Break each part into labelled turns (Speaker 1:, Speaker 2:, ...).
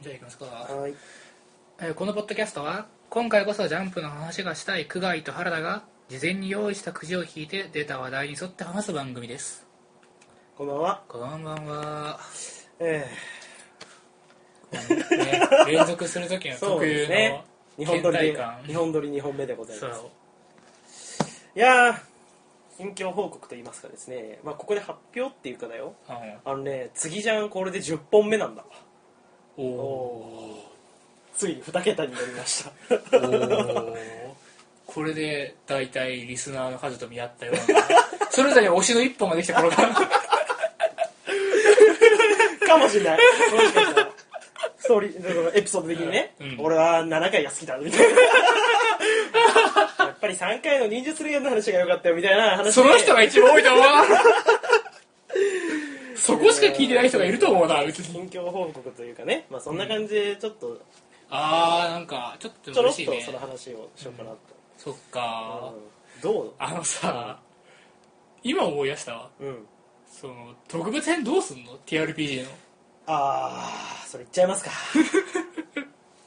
Speaker 1: じゃあいきますか、
Speaker 2: はい
Speaker 1: えーこのポッドキャストは今回こそジャンプの話がしたい久我井と原田が事前に用意したくじを引いて出た話題に沿って話す番組です
Speaker 2: こんばんは
Speaker 1: こんばんは、
Speaker 2: え
Speaker 1: ね、連続する時
Speaker 2: え
Speaker 1: の
Speaker 2: そう
Speaker 1: 特
Speaker 2: で
Speaker 1: 有
Speaker 2: すね
Speaker 1: の
Speaker 2: 日本撮
Speaker 1: 倦
Speaker 2: り
Speaker 1: 怠
Speaker 2: で
Speaker 1: 感
Speaker 2: 日本撮り2本目でござい
Speaker 1: そ
Speaker 2: ます
Speaker 1: う
Speaker 2: いやー近況報告といいますかですね、まあ、ここで発表っていうかだよ
Speaker 1: うん
Speaker 2: あのね次じゃんこれで10本目なんだ
Speaker 1: お
Speaker 2: お
Speaker 1: お
Speaker 2: おーついに2桁になりました
Speaker 1: おーこれで大体リスナーの数と見合った ようなそれぞれに推しの一本ができた頃 が
Speaker 2: かもしれない もしかしたらストーリーだからエピソード的にね、
Speaker 1: うん
Speaker 2: 俺は7回が好きだみたいな やっぱり3回の忍術レイヤーの話が良かったよみたいな話で
Speaker 1: その人が一番多いと思う なそこしか聞いてない人がいると思うな別に
Speaker 2: 近況報告というかね、まあ、そんな感じでちょっと、
Speaker 1: あーなんかちょっ
Speaker 2: ち
Speaker 1: と
Speaker 2: ょろ
Speaker 1: 嬉
Speaker 2: っ
Speaker 1: しい
Speaker 2: と
Speaker 1: ね
Speaker 2: その話をしようかなと、
Speaker 1: そっか
Speaker 2: うんどう
Speaker 1: あのさ今思い出したわ
Speaker 2: うん
Speaker 1: その特別編どうすんの TRPG の
Speaker 2: ああそれ言っちゃ いますかそれ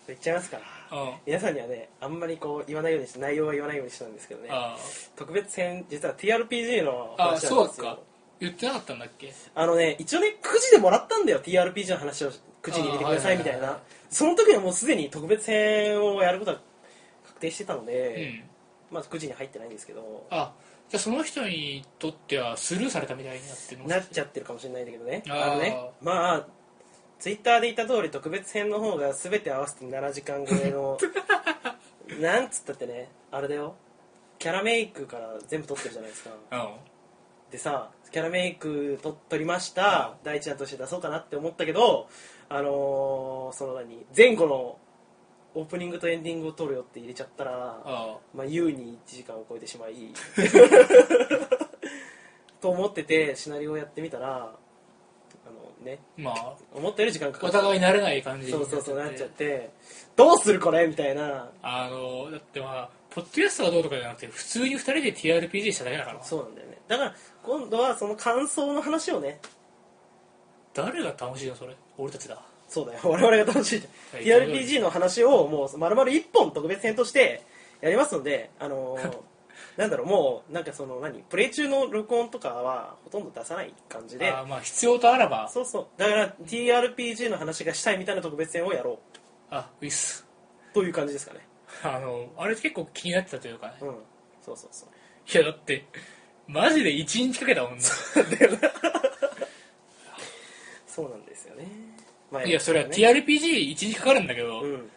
Speaker 2: 言っちゃいますか
Speaker 1: うん
Speaker 2: 皆さんにはねあんまりこう言わないようにして内容は言わないようにしたんですけどね
Speaker 1: あ
Speaker 2: 特別編実は TRPG の
Speaker 1: ーあー
Speaker 2: 話な
Speaker 1: そ
Speaker 2: ん
Speaker 1: う
Speaker 2: です
Speaker 1: か
Speaker 2: よ
Speaker 1: 言ってなかったんだっけ
Speaker 2: あのね一応ねくじでもらったんだよ TRPG の話をくじに入れてくださいみたい
Speaker 1: あーはいはいはい
Speaker 2: なその時はもうすでに特別編をやることは確定してたの
Speaker 1: う
Speaker 2: で、
Speaker 1: ん
Speaker 2: まあくじに入ってないんですけど
Speaker 1: あじゃあその人にとってはスルーされたみたいになってるの
Speaker 2: なっちゃってるかもしれないんだけどね
Speaker 1: あー
Speaker 2: あのねまあツイッターで言った通り特別編の方が全て合わせて7時間超 えのなんつったってねあれだよキャラメイクから全部撮ってるじゃないですかでさキャラメイクと撮りました、第一弾として出そうかなって思ったけどあのー、その何前後のオープニングとエンディングを撮るよって入れちゃったら
Speaker 1: あ
Speaker 2: まあ、優に1時間を超えてし まいと思っててシナリオをやってみたらあのね
Speaker 1: まあ
Speaker 2: 思ったより時間かか
Speaker 1: お
Speaker 2: っちゃっ
Speaker 1: 互い慣れない感じ
Speaker 2: て
Speaker 1: に
Speaker 2: そ
Speaker 1: な
Speaker 2: う
Speaker 1: っち
Speaker 2: そ
Speaker 1: ゃって
Speaker 2: うそうなっちゃってどうするこれみたいな
Speaker 1: あのだってまあポッドキャストがどうとかじゃなくて普通に2人で TRPG しただけだから
Speaker 2: そうなんだよねだから今度はその感想の話をね
Speaker 1: 誰が楽しいのそれ俺たちだ
Speaker 2: そうだよ 我々が楽しい
Speaker 1: はい
Speaker 2: TRPG の話をもう丸々1本特別編としてやりますのであの ーなんだろうもうなんかその何プレイ中の録音とかはほとんど出さない感じで
Speaker 1: あーまあ必要とあらば
Speaker 2: そうそうだから TRPG の話がしたいみたいな特別編をやろ
Speaker 1: あウィス
Speaker 2: うという感じですかね
Speaker 1: あのあれ結構気になってたというかね
Speaker 2: うんそうそうそう
Speaker 1: いやだってマジで1日かけたもんな
Speaker 2: そうなんですよね、まあ
Speaker 1: いやそれは
Speaker 2: ね
Speaker 1: TRPG1 日かかるんだけど、
Speaker 2: うん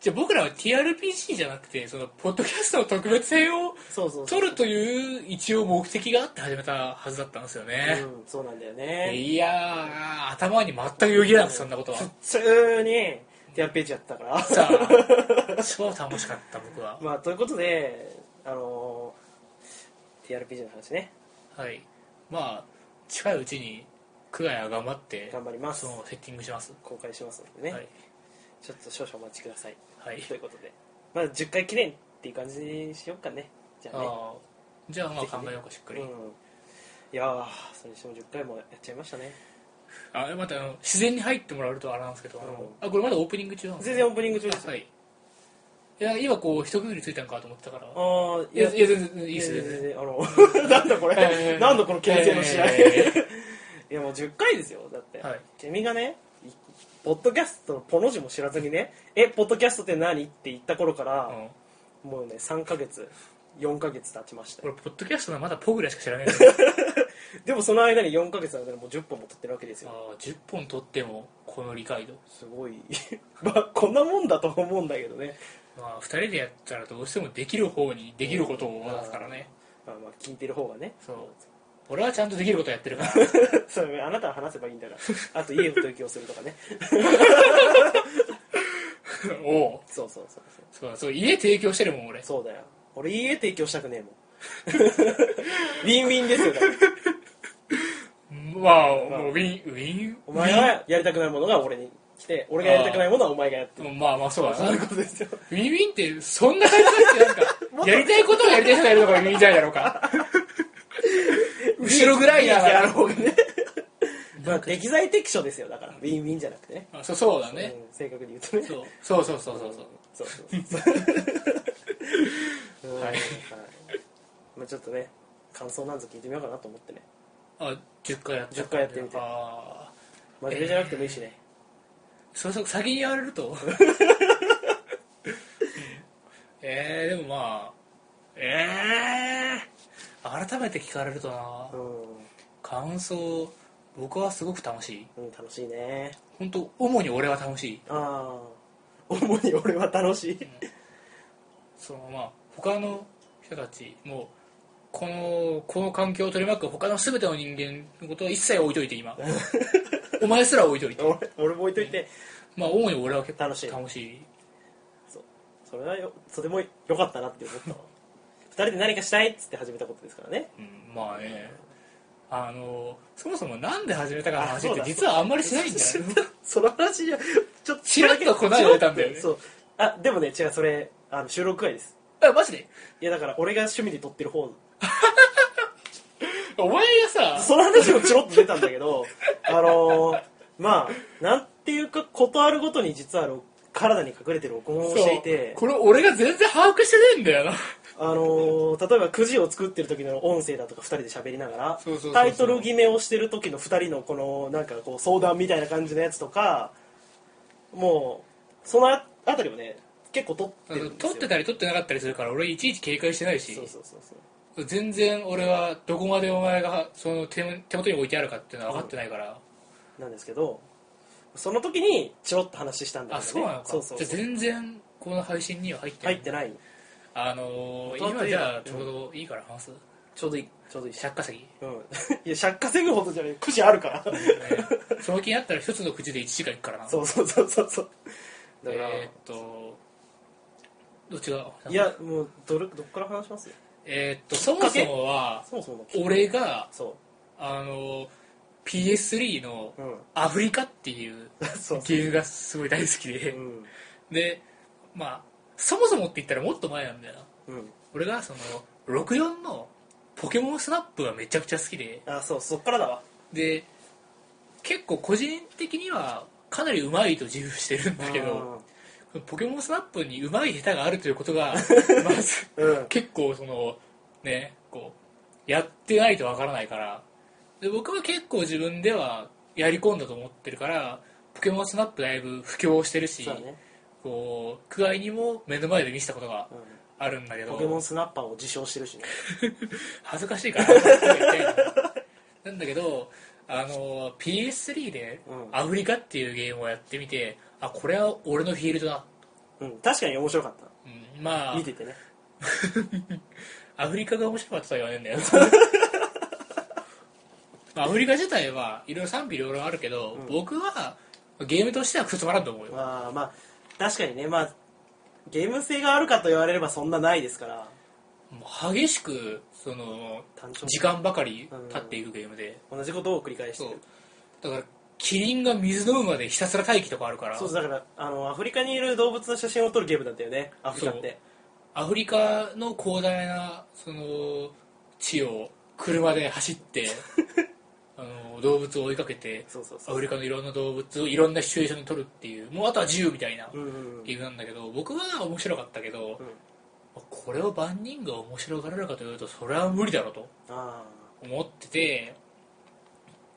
Speaker 1: じゃあ僕らは TRPG じゃなくてそのポッドキャストの特別編を
Speaker 2: そうそうそう
Speaker 1: 取るという一応目的があって始めたはずだったんですよね、
Speaker 2: うんそうなんだよね
Speaker 1: いやー頭に全くよぎらんそんなことは
Speaker 2: 普通に TRPG やったから
Speaker 1: さ あ超楽しかった僕は
Speaker 2: まあということであのー TRPG の話ね
Speaker 1: はいまあ近いうちに久我谷は頑張って
Speaker 2: 頑張ります
Speaker 1: そのセッティングします
Speaker 2: 公開しますのでね、
Speaker 1: はい、
Speaker 2: ちょっと少々お待ちください
Speaker 1: はい
Speaker 2: ということでまあ10回記念っていう感じにしようかねじゃあね
Speaker 1: あーじゃあまあ
Speaker 2: ぜひ
Speaker 1: 考
Speaker 2: ね
Speaker 1: えようかしっかり、
Speaker 2: うんいやーそれにしても10回もやっちゃいましたね
Speaker 1: あまたあの自然に入ってもらうとあれなんですけど、あのあこれまだオープニング中なんです
Speaker 2: 全然オープニング中ですよ
Speaker 1: はいいや今こう一区切りついたんかと思ってたから
Speaker 2: ああ
Speaker 1: いやいや全然いい
Speaker 2: い
Speaker 1: っす
Speaker 2: や
Speaker 1: ね
Speaker 2: いやいやあの なんだこれ、
Speaker 1: えー
Speaker 2: なんだこの牽制の試合、
Speaker 1: え
Speaker 2: いやもう10回ですよだって、
Speaker 1: はい
Speaker 2: 君がねいポッドキャストのポの字も知らずにね「えポッドキャストって何?」って言った頃か
Speaker 1: ーう
Speaker 2: ら、
Speaker 1: ん
Speaker 2: もうね3ヶ月4ヶ月経ちましたよ
Speaker 1: 俺ポッドキャストはまだポグラしか知らないんだ
Speaker 2: でもその間に4ヶ月の間にもう10本も撮ってるわけですよ
Speaker 1: あー10本撮ってもこの理解度、
Speaker 2: すごい まあこんなもんだと思うんだけどね、
Speaker 1: まあ、2人でやったらどうしてもできる方にできることを出すからね、
Speaker 2: まあ、まあ聞いてる方がね
Speaker 1: そう俺はちゃんとできることやってるから
Speaker 2: それあなたは話せばいいんだ からあと家を提供するとかね
Speaker 1: おう
Speaker 2: そうそうそうそう
Speaker 1: そうだそう家提供してるもん俺
Speaker 2: そうだよ俺家提供したくねえもん ウィンウィンですよだから
Speaker 1: まあ、もうウィンウィン
Speaker 2: お前がやりたくないものが俺に来て俺がやりたくないものはお前がやってる
Speaker 1: うんまあまあそうだな
Speaker 2: そういうことですよ
Speaker 1: ウィンウィンってそんな感じだってなんかやりたいことをやりたい人がいるのがウ ィンウィンじゃないだろうか後ろぐらいな
Speaker 2: や
Speaker 1: ら
Speaker 2: ろうがね まあ、適材適所ですよだからウィンウィンじゃなくてね、
Speaker 1: あそうそうだね、
Speaker 2: うん正確に言うとね
Speaker 1: そうそうそうそうそうそう
Speaker 2: そうそうそううん
Speaker 1: はい
Speaker 2: まあちょっとね感想なんぞ聞いてみようかなと思ってね
Speaker 1: あ10回やって
Speaker 2: 10回やってみて
Speaker 1: ああ
Speaker 2: 真面目じゃなくてもいいしね、
Speaker 1: そうそう先にやれると うんえー、でもまあええー、改めて聞かれるとな感想僕はすごく楽しい
Speaker 2: うん、うん、楽しいね
Speaker 1: 本当主に俺は楽しい
Speaker 2: ああ主に俺は楽しい、
Speaker 1: そのまあ他の人たちもこのこの環境を取り巻く他の全ての人間のことは一切置いといて 今お前すら置いといて
Speaker 2: 俺俺も置いといて
Speaker 1: まあ主に俺は結構
Speaker 2: 楽しい
Speaker 1: 楽しい
Speaker 2: そうそれはよとても良かったなって思ったわ 二人で何かしたいっつって始めたことですからね
Speaker 1: うん、まあねあのそもそもなんで始めたかの話って実はあんまりしないんだよね
Speaker 2: その話じゃちょっと
Speaker 1: ちらっとこないだ出たんだよね
Speaker 2: そうあでもね違うそれあの収録外です
Speaker 1: あマジで
Speaker 2: いやだから俺が趣味で撮ってる方
Speaker 1: お前がさ
Speaker 2: その話もちょろっと出たんだ けどあのーまあなんていうかことあるごとに実はろ体に隠れてる録音をしていて
Speaker 1: これ俺が全然把握してねえんだよな
Speaker 2: あのー例えばくじを作ってる時の音声だとか2人で喋りながら
Speaker 1: そうそうそうそう
Speaker 2: タイトル決めをしてる時の2人のこのなんかこう相談みたいな感じのやつとかもうそのああたりもね結構撮って
Speaker 1: あ
Speaker 2: る
Speaker 1: の
Speaker 2: んです
Speaker 1: 撮
Speaker 2: よ
Speaker 1: ってたり撮ってなかったりするから俺いちいち警戒してないし
Speaker 2: そうそうそうそう
Speaker 1: 全然俺はどこまでお前がその手手元に置いてあるかっていうのは分かってないから、
Speaker 2: なんですけどその時にちょろっと話したんだ
Speaker 1: あ
Speaker 2: けど
Speaker 1: そう
Speaker 2: ね
Speaker 1: なのか
Speaker 2: そうそう
Speaker 1: じゃあ全然この配信には入ってない
Speaker 2: 入ってない
Speaker 1: あのー
Speaker 2: 元々
Speaker 1: 今
Speaker 2: いい
Speaker 1: じ
Speaker 2: よ
Speaker 1: ゃあちょうどいいから話す
Speaker 2: ちょうどいいちょうどいい
Speaker 1: 借家席
Speaker 2: うん、 いや借家せぐほどじゃないくじあるから
Speaker 1: ねその気になったら一つの口で1時間いくからな
Speaker 2: そうそうそうそうそうだから、
Speaker 1: えーっとどっちが
Speaker 2: いやもうどれどっから話します
Speaker 1: えーっとそもそもは
Speaker 2: そもそもの
Speaker 1: 俺が
Speaker 2: そ
Speaker 1: あの PS3 の
Speaker 2: ううん
Speaker 1: 「アフリカ」っていう
Speaker 2: そう
Speaker 1: ゲ
Speaker 2: そう
Speaker 1: ームがすごい大好き
Speaker 2: う
Speaker 1: で
Speaker 2: ん
Speaker 1: でまあそもそもって言ったらもっと前なんだよな
Speaker 2: うん
Speaker 1: 俺がその64のポケモンスナップがめちゃくちゃ好きで
Speaker 2: あそうそっからだわ
Speaker 1: で結構個人的にはかなりうまいと自負してるんだけど、ポケモンスナップにうまい下手があるということ がまず
Speaker 2: うんうん
Speaker 1: 結構そのねこうやってないとわからないからで僕は結構自分ではやり込んだと思ってるからポケモンスナップだいぶ布教してるし、
Speaker 2: そうだね、
Speaker 1: こう具合にも目の前で見せたことが
Speaker 2: うん、
Speaker 1: あるんだけど
Speaker 2: ポケモンスナッパーを自称してるしね
Speaker 1: 恥ずかしいから なんだけどあの PS3 で
Speaker 2: うん
Speaker 1: 「アフリカ」っていうゲームをやってみて、あこれは俺のフィールドだ、
Speaker 2: うん確かに面白かっ
Speaker 1: うん、ま
Speaker 2: た
Speaker 1: あ
Speaker 2: 見ててね
Speaker 1: アフリカが面白かったとは言わねえんだ よまあアフリカ自体はいろいろ賛否両論あるけど、
Speaker 2: ん
Speaker 1: 僕はゲームとしてはくそつまらんと思うよ、
Speaker 2: まあまあ確かにねまあゲーム性があるかと言われればそんなないですから
Speaker 1: もう激しくその
Speaker 2: 単調
Speaker 1: 時間ばかり経っていくゲームで、
Speaker 2: 同じことを繰り返して
Speaker 1: そ
Speaker 2: る
Speaker 1: うだからキリンが水飲むまでひたすら待機とかあるから
Speaker 2: そうですだからあのアフリカにいる動物の写真を撮るゲームなんだよねアフリカって
Speaker 1: アフリカの広大なその地を車で走って あの動物を追いかけて
Speaker 2: そうそうそ
Speaker 1: ア
Speaker 2: う
Speaker 1: フリカのいろんな動物をいろんなシチュエーションに撮るっていうもうあとは自由みたいな
Speaker 2: うんうんうん
Speaker 1: ゲームなんだけど僕は面白かったけど
Speaker 2: うん
Speaker 1: これを万人が面白がれるかというとそれは無理だろうと
Speaker 2: ああ
Speaker 1: 思ってて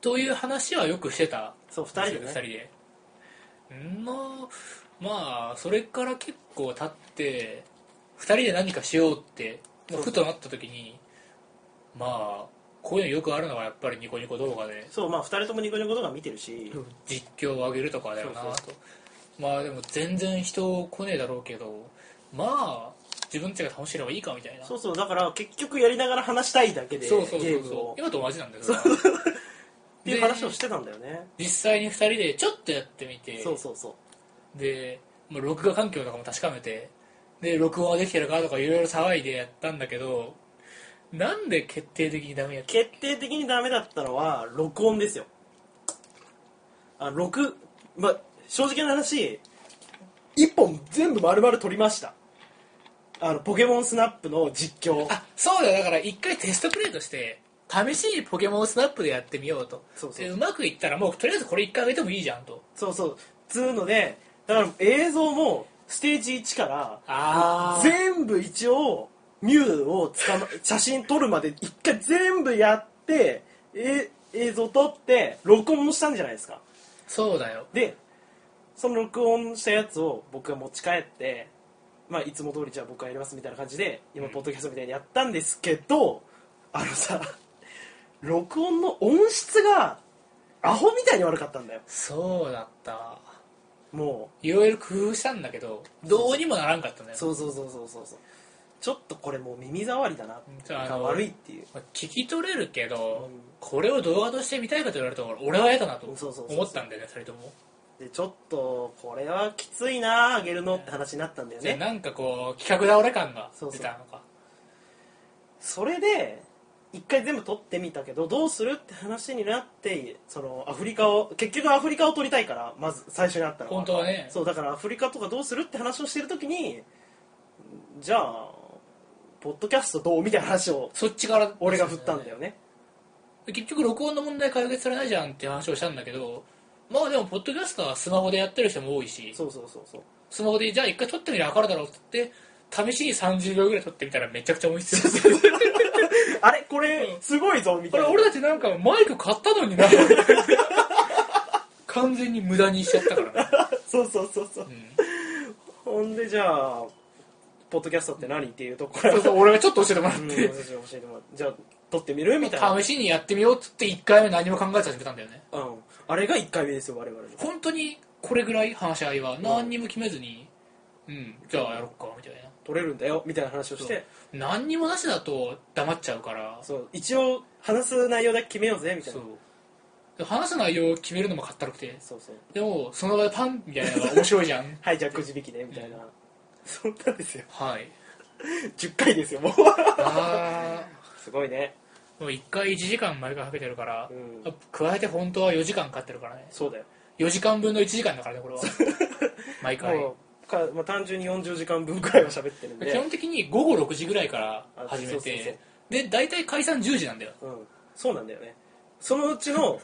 Speaker 1: という話はよくしてた
Speaker 2: そう2人で
Speaker 1: 二
Speaker 2: ね
Speaker 1: 人でんのまあそれから結構経って2人で何かしようってまあふとなった時にまあこういうのよくあるのはやっぱりニコニコ動画で
Speaker 2: そうまあ2人ともニコニコ動画見てるし
Speaker 1: 実況を上げるとかだよなと
Speaker 2: そう
Speaker 1: まあでも全然人来ねえだろうけどまあ自分たちが楽しければいいかみたいな
Speaker 2: そうそうだから結局やりながら話したいだけでゲ
Speaker 1: そうそうそう
Speaker 2: ーム
Speaker 1: そ
Speaker 2: を
Speaker 1: う今と同じなんだけど な
Speaker 2: っていう話をしてたんだよね
Speaker 1: 実際に2人でちょっとやってみて
Speaker 2: そうそうそう
Speaker 1: で、まあ、録画環境とかも確かめてで録音はできてるかとかいろいろ騒いでやったんだけどなんで決定的にダメやった
Speaker 2: 決定的にダメだったのは録音ですよあ録まあ正直な話1本全部丸々撮りましたあのポケモンスナップの実況
Speaker 1: あそうだよだから一回テストプレイとして試しにポケモンスナップでやってみようと
Speaker 2: そうそう
Speaker 1: でうまくいったらもうとりあえずこれ一回あげてもいいじゃんと
Speaker 2: そうそうつうのでだから映像もステージ1から
Speaker 1: ああ
Speaker 2: 全部一応ミュウを捕ま写真撮るまで一回全部やってえ映像撮って録音もしたんじゃないですか
Speaker 1: そうだよ
Speaker 2: でその録音したやつを僕が持ち帰って、まあ、いつも通りじゃあ僕がやりますみたいな感じで今
Speaker 1: うん
Speaker 2: ポッドキャストみたいにやったんですけど、あのさ録音の音質がアホみたいに悪かったんだよ
Speaker 1: そうだった
Speaker 2: も
Speaker 1: いろいろ工夫したんだけどどうにもならんかったね
Speaker 2: うそうそうそうそうそうそうちょっとこれもう耳障りだな
Speaker 1: じゃああ
Speaker 2: が
Speaker 1: の
Speaker 2: 悪いっていう
Speaker 1: まあ聞き取れるけど、
Speaker 2: うん
Speaker 1: これを動画として見たいかと言われると俺は嫌だなと
Speaker 2: そうそうそう
Speaker 1: 思ったんだよね2人とも
Speaker 2: でちょっとこれはきついなあげるのって話になったんだよ
Speaker 1: じゃあ
Speaker 2: ね
Speaker 1: なんかこう企画倒れ感が
Speaker 2: そう
Speaker 1: 出
Speaker 2: そう
Speaker 1: たのか
Speaker 2: それで一回全部撮ってみたけどどうするって話になってそのアフリカを結局アフリカを撮りたいからまず最初にあったの
Speaker 1: 本当はね
Speaker 2: そうだからアフリカとかどうするって話をしてる時にじゃあポッドキャストどうみたいな話を
Speaker 1: そっちから
Speaker 2: 俺が振ったんだよね
Speaker 1: 結局録音の問題解決されないじゃんって話をしたんだけどまあでもポッドキャストはスマホでやってる人も多いし
Speaker 2: そうそうそうそう
Speaker 1: スマホでじゃあ一回撮ってみりゃ分かるだろうって言って試しに30秒ぐらい撮ってみたらめちゃくちゃ音質良かった
Speaker 2: あれこれすごいぞみ
Speaker 1: こ
Speaker 2: たい
Speaker 1: れ
Speaker 2: な
Speaker 1: 俺たちなんかマイク買ったのにな完全に無駄にしちゃったからね、
Speaker 2: そうそうそうそう
Speaker 1: うん
Speaker 2: ほんでじゃあポッドキャストって何っていうところ
Speaker 1: そうそう俺がちょっと教えてもらっ
Speaker 2: うん、
Speaker 1: て、
Speaker 2: 私教えてもらってじゃあ撮ってみるみたいな、うん、
Speaker 1: 試しにやってみようっつって1回目何も考えず始めたんだよね
Speaker 2: あれが1回目ですよ我々の
Speaker 1: 本当にこれぐらい話し合いは何にも決めずにうんじゃあやろっかみたいな
Speaker 2: 撮れるんだよみたいな話をして
Speaker 1: 何にもなしだと黙っちゃうから
Speaker 2: そう一応話す内容だけ決めようぜみたい
Speaker 1: そ
Speaker 2: な
Speaker 1: うで話す内容を決めるのもかったるくて
Speaker 2: そうそう
Speaker 1: でもその場でパンみたいなのが面白いじゃ ん
Speaker 2: はいじゃあくじ引きねみたいな、そんなんですよ
Speaker 1: はい
Speaker 2: 10回ですよもう
Speaker 1: あ
Speaker 2: すごいね
Speaker 1: ーもう1回1時間毎回かけてるから、
Speaker 2: うん
Speaker 1: 加えて本当は4時間かかってるからね
Speaker 2: そうだよ、
Speaker 1: 4時間分の1時間だからねこれ は毎回
Speaker 2: もうか、まあ、単純に40時間分くらいは喋ってるんで
Speaker 1: 基本的に午後6時ぐらいから始め
Speaker 2: あそうそうそう
Speaker 1: てで大体解散10時なんだよ
Speaker 2: うん、そうなんだよねそのうちの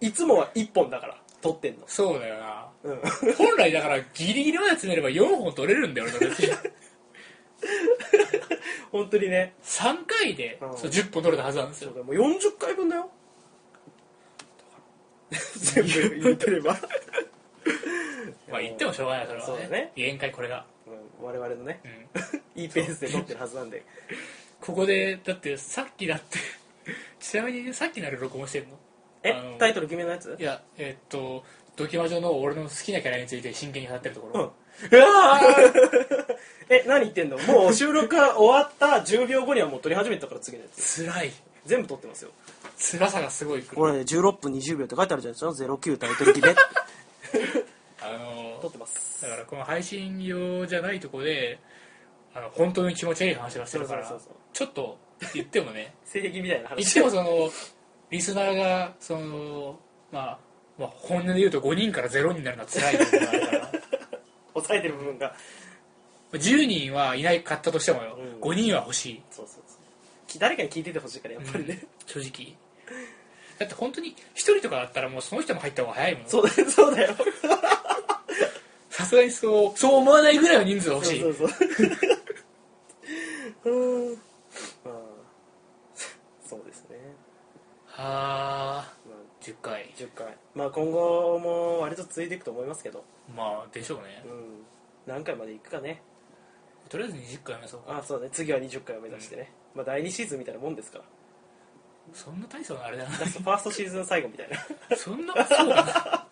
Speaker 2: いつもは1本だから撮ってんの
Speaker 1: そうだよな
Speaker 2: うん
Speaker 1: 本来だからギリギリまで詰めれば4本取れるんだよ俺の 時
Speaker 2: 本当にね
Speaker 1: 3回で
Speaker 2: うん
Speaker 1: そう10本取れたはずなんです
Speaker 2: そ
Speaker 1: よ
Speaker 2: うだよもう40回分だよ 全部言ってれば、
Speaker 1: まあ言ってもしょうがないそれは
Speaker 2: そうだね
Speaker 1: 限界これが、
Speaker 2: うん、我々のね
Speaker 1: うん、
Speaker 2: いいペースで撮ってるはずなんで
Speaker 1: ここでだってさっきだって ちなみにさっきのあれ録音してんの
Speaker 2: え
Speaker 1: あの
Speaker 2: タイトル決めのやつ
Speaker 1: いやえーっとドキマジョの俺の好きなキャラについて真剣に語ってるところ、
Speaker 2: うわー え何言ってんのもう収録が終わった10秒後にはもう撮り始めてたから次のやつ
Speaker 1: 辛い
Speaker 2: 全部撮ってますよ
Speaker 1: 辛さがすごいくる
Speaker 2: れね16分20秒って書いてあるじゃないですか09タイトル 決め
Speaker 1: あの
Speaker 2: 撮ってます
Speaker 1: だからこの配信用じゃないとこであの本当に気持ち悪い話をしてるから
Speaker 2: そうそうそう
Speaker 1: ちょっと言ってもね
Speaker 2: 性癖みたいな話
Speaker 1: 一応そのリスナーがその、まあ、まあ本音で言うと5人から0人になるのは辛い部分があるから
Speaker 2: 抑えてる部分が
Speaker 1: 10人はいないかったとしてもよ、
Speaker 2: うん
Speaker 1: 5人は欲しい、
Speaker 2: そうそうそうき誰かに聞いててほしいからやっぱりね、
Speaker 1: 正直だって本当に1人とかだったらもうその人も入った方が早いもん
Speaker 2: そうだよそうだよ
Speaker 1: さすがにそうそう思わないぐらいの人数が欲しい
Speaker 2: そうそう そううーんまあそうですね、
Speaker 1: はあ
Speaker 2: まあ、
Speaker 1: 10回
Speaker 2: 10回まあ今後も割と続いていくと思いますけど
Speaker 1: まあでしょうね、
Speaker 2: うん何回までいくかね
Speaker 1: とりあえず20回目そうか
Speaker 2: あそうだね次は20回を目指してね、まあ第2シーズンみたいなもんですから
Speaker 1: そんな大層なあれだ
Speaker 2: ラストファーストシーズン最後みたい な
Speaker 1: なそんなそうだな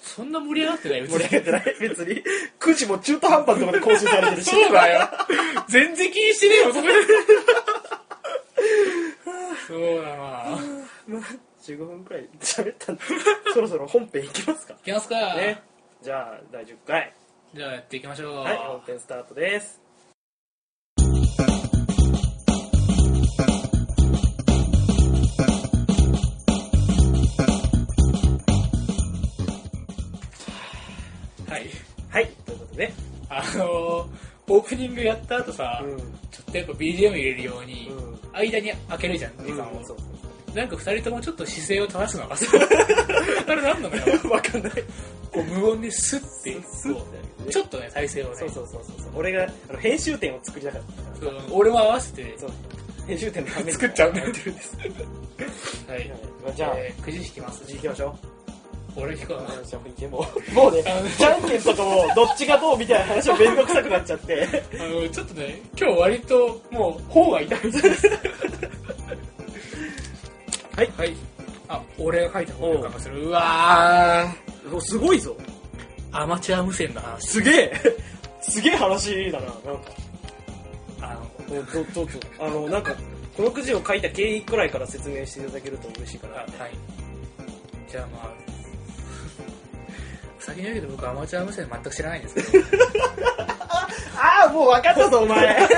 Speaker 1: そんな盛り上がってない 別
Speaker 2: 盛り
Speaker 1: に
Speaker 2: 上げてない別に9時も中途半端なところで更新されてるし
Speaker 1: そうだ よ全然気にしてねえよそれそうだな
Speaker 2: まあ15分くらい喋った んでそろそろ本編いきますか
Speaker 1: いきますか、
Speaker 2: ねじゃあ第10回
Speaker 1: じゃあやっていきましょう
Speaker 2: はい本編スタートです
Speaker 1: はい
Speaker 2: はいということで、
Speaker 1: あのーオープニングやった後さ、
Speaker 2: うん
Speaker 1: ちょっとやっぱ BGM 入れるように、
Speaker 2: うん
Speaker 1: 間に開けるじゃん時間を、
Speaker 2: うんそうそうそう
Speaker 1: なんか二人ともちょっと姿勢を正すのがさ あれなんなのよ
Speaker 2: わかんない
Speaker 1: こう無音でスッて
Speaker 2: スッ
Speaker 1: こ
Speaker 2: て
Speaker 1: うちょっとね体勢をね
Speaker 2: そうそうそうそう俺があの編集点を作りたかったから
Speaker 1: そう俺も合わせて
Speaker 2: そう編集点のために
Speaker 1: 作っちゃうなってるんですは
Speaker 2: はいいまあ じゃあ、
Speaker 1: えーくじ引きます
Speaker 2: 次行きましょう
Speaker 1: 俺引こうな
Speaker 2: じゃあでももうね
Speaker 1: あの
Speaker 2: じゃんけんとかもどっちがどうみたいな話も面倒くさくなっちゃって
Speaker 1: あのちょっとね今日割ともう頬が痛いです
Speaker 2: はい
Speaker 1: はいあ俺が書いた方がいいかするうわー
Speaker 2: おすごいぞ
Speaker 1: アマチュア無線の話
Speaker 2: すげえすげえ話だななんか
Speaker 1: あの
Speaker 2: どどどうぞあのなんかこのくじを書いた経緯くらいから説明していただけると嬉しいかな
Speaker 1: はいじゃあまあ先に言うけど僕アマチュア無線全く知らないんですけど
Speaker 2: ああもう分かったぞお前 二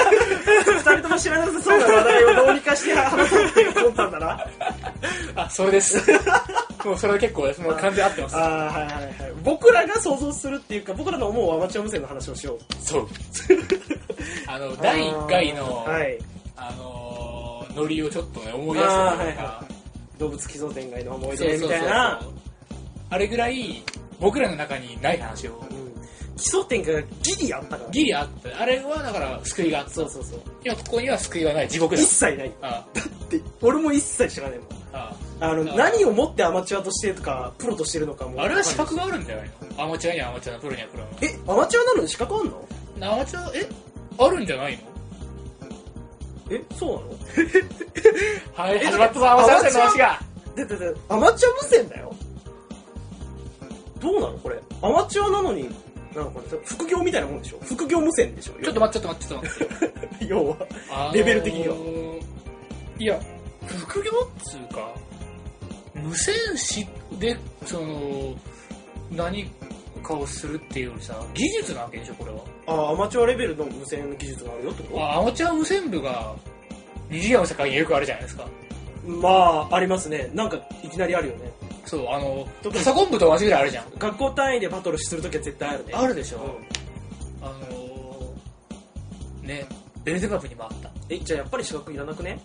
Speaker 2: 人とも知らなさそうな話題をどうにかして話そうって思ったんだな あ
Speaker 1: あそれです もうそれは結構ですもう完全に合ってま
Speaker 2: あはいはいはい僕らが想像するっていうか僕らの思うアマチュア無線の話をしよう
Speaker 1: そう あの第1回のあ、
Speaker 2: はい
Speaker 1: のーノリをちょっとね思い出したというか、
Speaker 2: あーはいは動物奇想天外の思い
Speaker 1: そうそうそ
Speaker 2: 出み
Speaker 1: う
Speaker 2: たいな
Speaker 1: そうあれぐらい僕らの中にない話を
Speaker 2: うん奇想天外がギリあったから
Speaker 1: ギリあってあれはだから救いがあった
Speaker 2: そうそうそう
Speaker 1: 今ここには救いはない地獄だ
Speaker 2: 一切ない
Speaker 1: あ
Speaker 2: って俺も一切知らねえもん
Speaker 1: あ
Speaker 2: あ
Speaker 1: あ
Speaker 2: の
Speaker 1: ー
Speaker 2: 何をもってアマチュアとしてとかプロとしてるのかも
Speaker 1: あれは資格があるんじゃないのアマチュアにはアマチュアのプロにはプロの
Speaker 2: えアマチュアなのに資格あんの
Speaker 1: アマチュアえあるんじゃないの
Speaker 2: えそうなの
Speaker 1: はい
Speaker 2: え
Speaker 1: 始まったぞアマチュア無線の話が
Speaker 2: でででアマチュア無線だよどうなのこれアマチュアなのになんかこれ副業みたいなもんでしょ副業無線でしょ
Speaker 1: ちょっと待ってちょっと待ってちょっと待って
Speaker 2: って 要は
Speaker 1: あのー
Speaker 2: レベル的にはい
Speaker 1: や副業っつうか無線師でその何かをするっていうよりさ技術なわけでしょこれは
Speaker 2: あアマチュアレベルの無線技術があるよってこ
Speaker 1: あアマチュア無線部が二次元の世界によくあるじゃないですか
Speaker 2: とまあありますねなんかいきなりあるよね
Speaker 1: そうあの
Speaker 2: どこ
Speaker 1: パソコン部と同じぐらいあるじゃん
Speaker 2: 学校単位でバトルするときは絶対あるね
Speaker 1: あるでしょ、
Speaker 2: うん
Speaker 1: あのーねベルゼバブにもあった
Speaker 2: えじゃあやっぱり資格いらなくね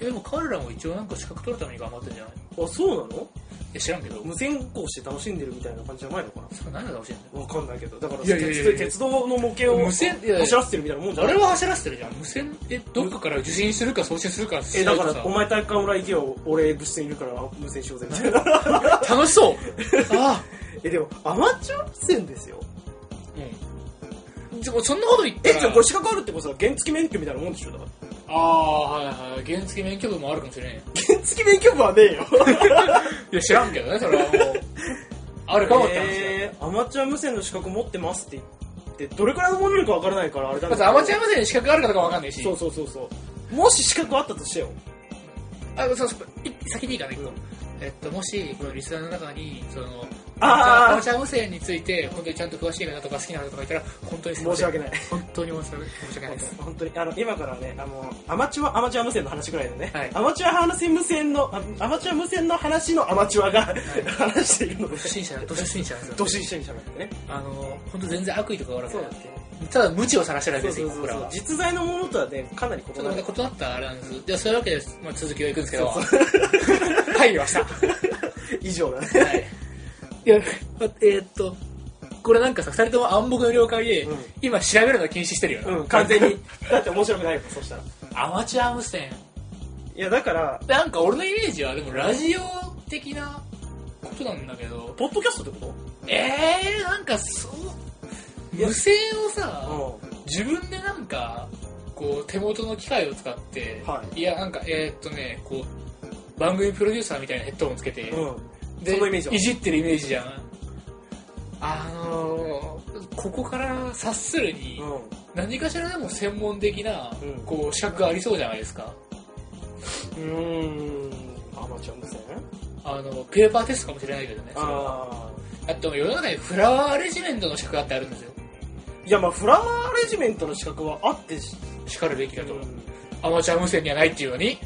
Speaker 1: えでも彼らも一応なんか資格取るために頑張ってんじゃないい
Speaker 2: あそうなの
Speaker 1: や知らんけど
Speaker 2: 無線講して楽しんでるみたいな感じじゃないのかな
Speaker 1: それ何が楽しいんだ
Speaker 2: わかんないけどだから
Speaker 1: いやいやいやいや
Speaker 2: 鉄鉄道の模型を
Speaker 1: 無線いやいや
Speaker 2: 走らせてるみたいなもんじゃ
Speaker 1: よ
Speaker 2: な
Speaker 1: あ
Speaker 2: い
Speaker 1: れは走らせてるじゃん無線でどっかから受信するか送信するか
Speaker 2: え
Speaker 1: しな
Speaker 2: だ
Speaker 1: い
Speaker 2: か
Speaker 1: と
Speaker 2: ら
Speaker 1: さ
Speaker 2: お前体育館裏行けよ俺部室にいるから無線しようぜみたいな
Speaker 1: 楽しそうああ
Speaker 2: えでもアマチュア無線ですよ
Speaker 1: うんでもそんなこと言って
Speaker 2: えじゃあこれ資格あるってことは原付免許みたいなもんでしょだから
Speaker 1: ああはいはい原付免許部もあるかもしれんよ
Speaker 2: 原付免許部はねえよ
Speaker 1: いや知らんけどねそれはもうあるかもって話だよ
Speaker 2: えーアマチュア無線の資格持ってますって言ってどれくらいのものなのかわからないからあれだけど
Speaker 1: まずアマチュア無線に資格があるかどうかわかんないし
Speaker 2: そうそうそうそうもし資格あったとしてよ
Speaker 1: あそうそうい先にいいかないけど、えっと、もしこのリスナーの中にその
Speaker 2: あー
Speaker 1: アマチュア無線について本当にちゃんと詳しい方とか好きな方とかいたら本当にすみま
Speaker 2: 申し
Speaker 1: せん
Speaker 2: 訳 ない
Speaker 1: 本当に申し訳申し訳ないです
Speaker 2: 本当にあの今からねあのアマチュアアマチュア無線の話ぐらいのね、
Speaker 1: はい
Speaker 2: アマチュア話無線のあアマチュア無線の話のアマチュアが、話しているので
Speaker 1: 不審者どうせ不審者なんですよ
Speaker 2: どしんしゃにしゃべってね
Speaker 1: あの本当全然悪意とかはなく
Speaker 2: そうだ
Speaker 1: てただ無知を晒してるだけ
Speaker 2: そ
Speaker 1: で
Speaker 2: う
Speaker 1: す
Speaker 2: そ
Speaker 1: よ僕
Speaker 2: うそう
Speaker 1: ら
Speaker 2: そう
Speaker 1: はち
Speaker 2: 実在のものとはねかなり異
Speaker 1: ょっ
Speaker 2: な
Speaker 1: とま
Speaker 2: る
Speaker 1: た異なったあれなんですじゃあそういうわけです、まあ、続きをいくんですけど
Speaker 2: そう
Speaker 1: はい言わした
Speaker 2: 以上だね
Speaker 1: はい、いやえーっとこれなんかさ2人とも暗黙の了解で、
Speaker 2: うん
Speaker 1: 今調べるの禁止してるよな、
Speaker 2: うん完全 にだって面白くないよそしたら
Speaker 1: アマチュア無線
Speaker 2: いやだから
Speaker 1: なんか俺のイメージはでもラジオ的なことなんだけど
Speaker 2: ポッドキャストってこ
Speaker 1: えー、なんかそう無線をさ、
Speaker 2: と
Speaker 1: 自分でなんかこう手元の機械を使って、、
Speaker 2: はい
Speaker 1: やなんかえーっとねこう番組プロデューサーみたいなヘッドホンつけて、
Speaker 2: うん、うん、
Speaker 1: で
Speaker 2: そのイメージはい
Speaker 1: じってるイメージじゃんあのーここから察するに、何かしらでも専門的な、
Speaker 2: うん
Speaker 1: こう資格がありそうじゃないですか
Speaker 2: うんうーんアマチュア無線
Speaker 1: あのペーパーテストかもしれないけどねそれは
Speaker 2: ああ
Speaker 1: あと世の中にフラワーアレジメントの資格だってあるんですよ
Speaker 2: いやまあフラワーアレジメントの資格はあってし
Speaker 1: しかるべきだと、
Speaker 2: うん
Speaker 1: アマチュア無線にはないっていうのに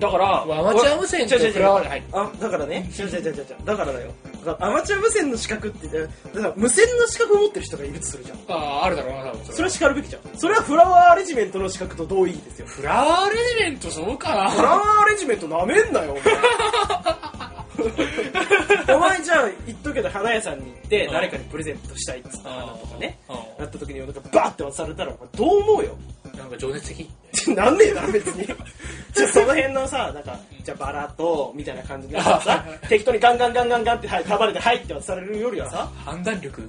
Speaker 3: だから
Speaker 1: アマチュア無線とフラワーに入って
Speaker 2: あだからね違う違う違う違うだからだよだからアマチュア無線の資格ってだから無線の資格を持ってる人がいるとするじゃん
Speaker 1: あああるだろうな多分そ
Speaker 2: そ
Speaker 1: れ
Speaker 2: れは叱るべきじゃんそれはフラワーアレジメントの資格と同意ですよ
Speaker 1: フラワーレジメントそうか
Speaker 2: フラ
Speaker 1: な
Speaker 2: ワーアレジメントなめんなよお 前お前じゃあ言っとくけど花屋さんに行って
Speaker 1: うん
Speaker 2: 誰かにプレゼントしたいっつった花とかね
Speaker 1: う
Speaker 2: なった時になんかバーって渡されたらお前どう思うよ
Speaker 1: んなんか情熱 的
Speaker 2: なんねえだろ別にじゃあその辺のさなんかじゃあバラとみたいな感じでさ適当にガンガンガンガンガンってはい束ねて入って渡されるよりはさ
Speaker 1: 判断力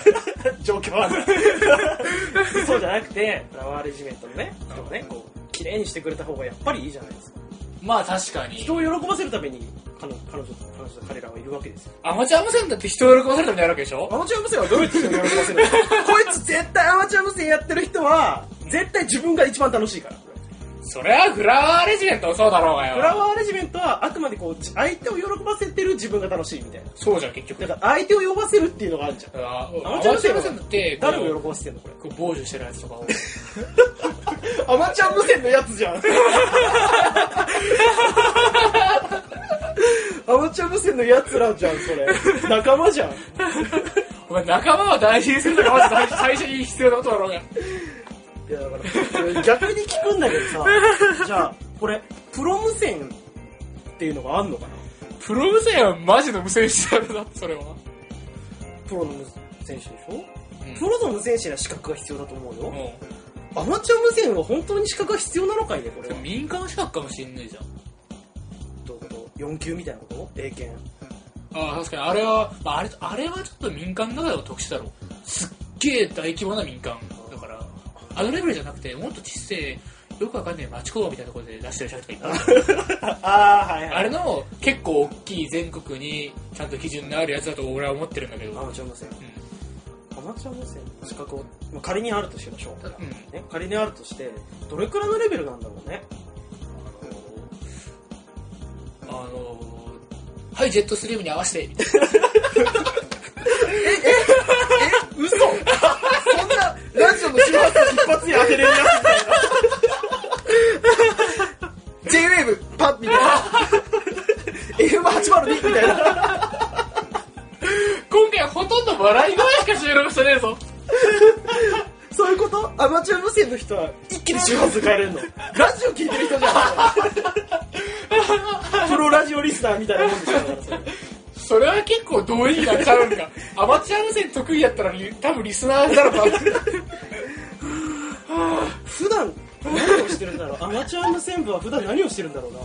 Speaker 2: 状況は そうじゃなくてフラワーアレジメントのねとかねこう綺麗にしてくれた方がやっぱりいいじゃないですか
Speaker 1: まあ確かに
Speaker 2: 人を喜ばせるために彼女彼女と彼女と彼らはいるわけですよ
Speaker 1: アマチュア無線だって人を喜ばせるためにやるわけでしょ
Speaker 2: アマチュア無線はどうやって人を喜ばせるの こいつ絶対アマチュア無線やってる人は絶対自分が一番楽しいから
Speaker 1: それはフラワーレジメントもそうだろうがよ
Speaker 2: フラワーアレジメントはあくまでこう相手を喜ばせてる自分が楽しいみたいな
Speaker 1: そうじゃん結局
Speaker 2: だから相手を喜ばせるっていうのがあるじゃん
Speaker 1: あ
Speaker 2: ア
Speaker 1: ア
Speaker 2: マ
Speaker 1: マ
Speaker 2: チ
Speaker 1: チュア
Speaker 2: ュア無
Speaker 1: 無線
Speaker 2: 線は
Speaker 1: って
Speaker 2: 誰
Speaker 1: こ
Speaker 2: を喜ばせてんのこれ
Speaker 1: う傍受してるやつとかを
Speaker 2: アマチ ュア無線のやつじゃんアマチュア無線のやつらじゃんそれ仲間じゃん
Speaker 1: お前仲間を大事にするとかまず最初最初に必要なことだろうが
Speaker 2: いやだから逆に聞くんだけどさじゃあこれプロ無線っていうのがあんのかな
Speaker 1: プロ無線はマジの無線してるなそれは
Speaker 2: プロの無線手でしょ、
Speaker 1: ん
Speaker 2: プロの無線手には資格が必要だと思うよ、
Speaker 1: も
Speaker 2: アマチュア無線は本当に資格が必要なのかいねこれ
Speaker 1: う
Speaker 2: は
Speaker 1: 民間資格かもしんないじゃん
Speaker 2: どういうこと4級みたいなこと英検
Speaker 1: ああ確かにあれは、まあ、あれあれはちょっと民間の中でも特殊だろうすっげえ大規模な民間だからあのレベルじゃなくてもっと小さいよくわかんない町工場みたいなところで出してる社員とかいっぱいいる
Speaker 2: ああはい
Speaker 1: あれの結構大きい全国にちゃんと基準のあるやつだと俺は思ってるんだけど、うん
Speaker 2: アマチュア無線アマチュア無線の資格を、まあ、仮にあるとしましょう、
Speaker 1: ただうん
Speaker 2: ね、仮にあるとしてどれくらいのレベルなんだろうね
Speaker 1: あのーはいジェットストリームに合わせてみたい
Speaker 2: 嘘そんなラジオの周波数一発に当てれるやつ J-WAVE パッみたいな FM802 みたいな
Speaker 1: な 今回ほとんど笑い声しか収録してねえぞ
Speaker 2: そういうことアマチュア無線の人は一気に周波数変えれるのラジオ聞いてる人じゃんプロラジオリスナーみたいなもんでしょだからそれ
Speaker 1: それは結構同意になっちゃうん かアマチュア無線得意やったら多分リスナーだろうな
Speaker 2: 普段何をしてるんだろうアマチュア無線部は普段何をしてるんだ ろうな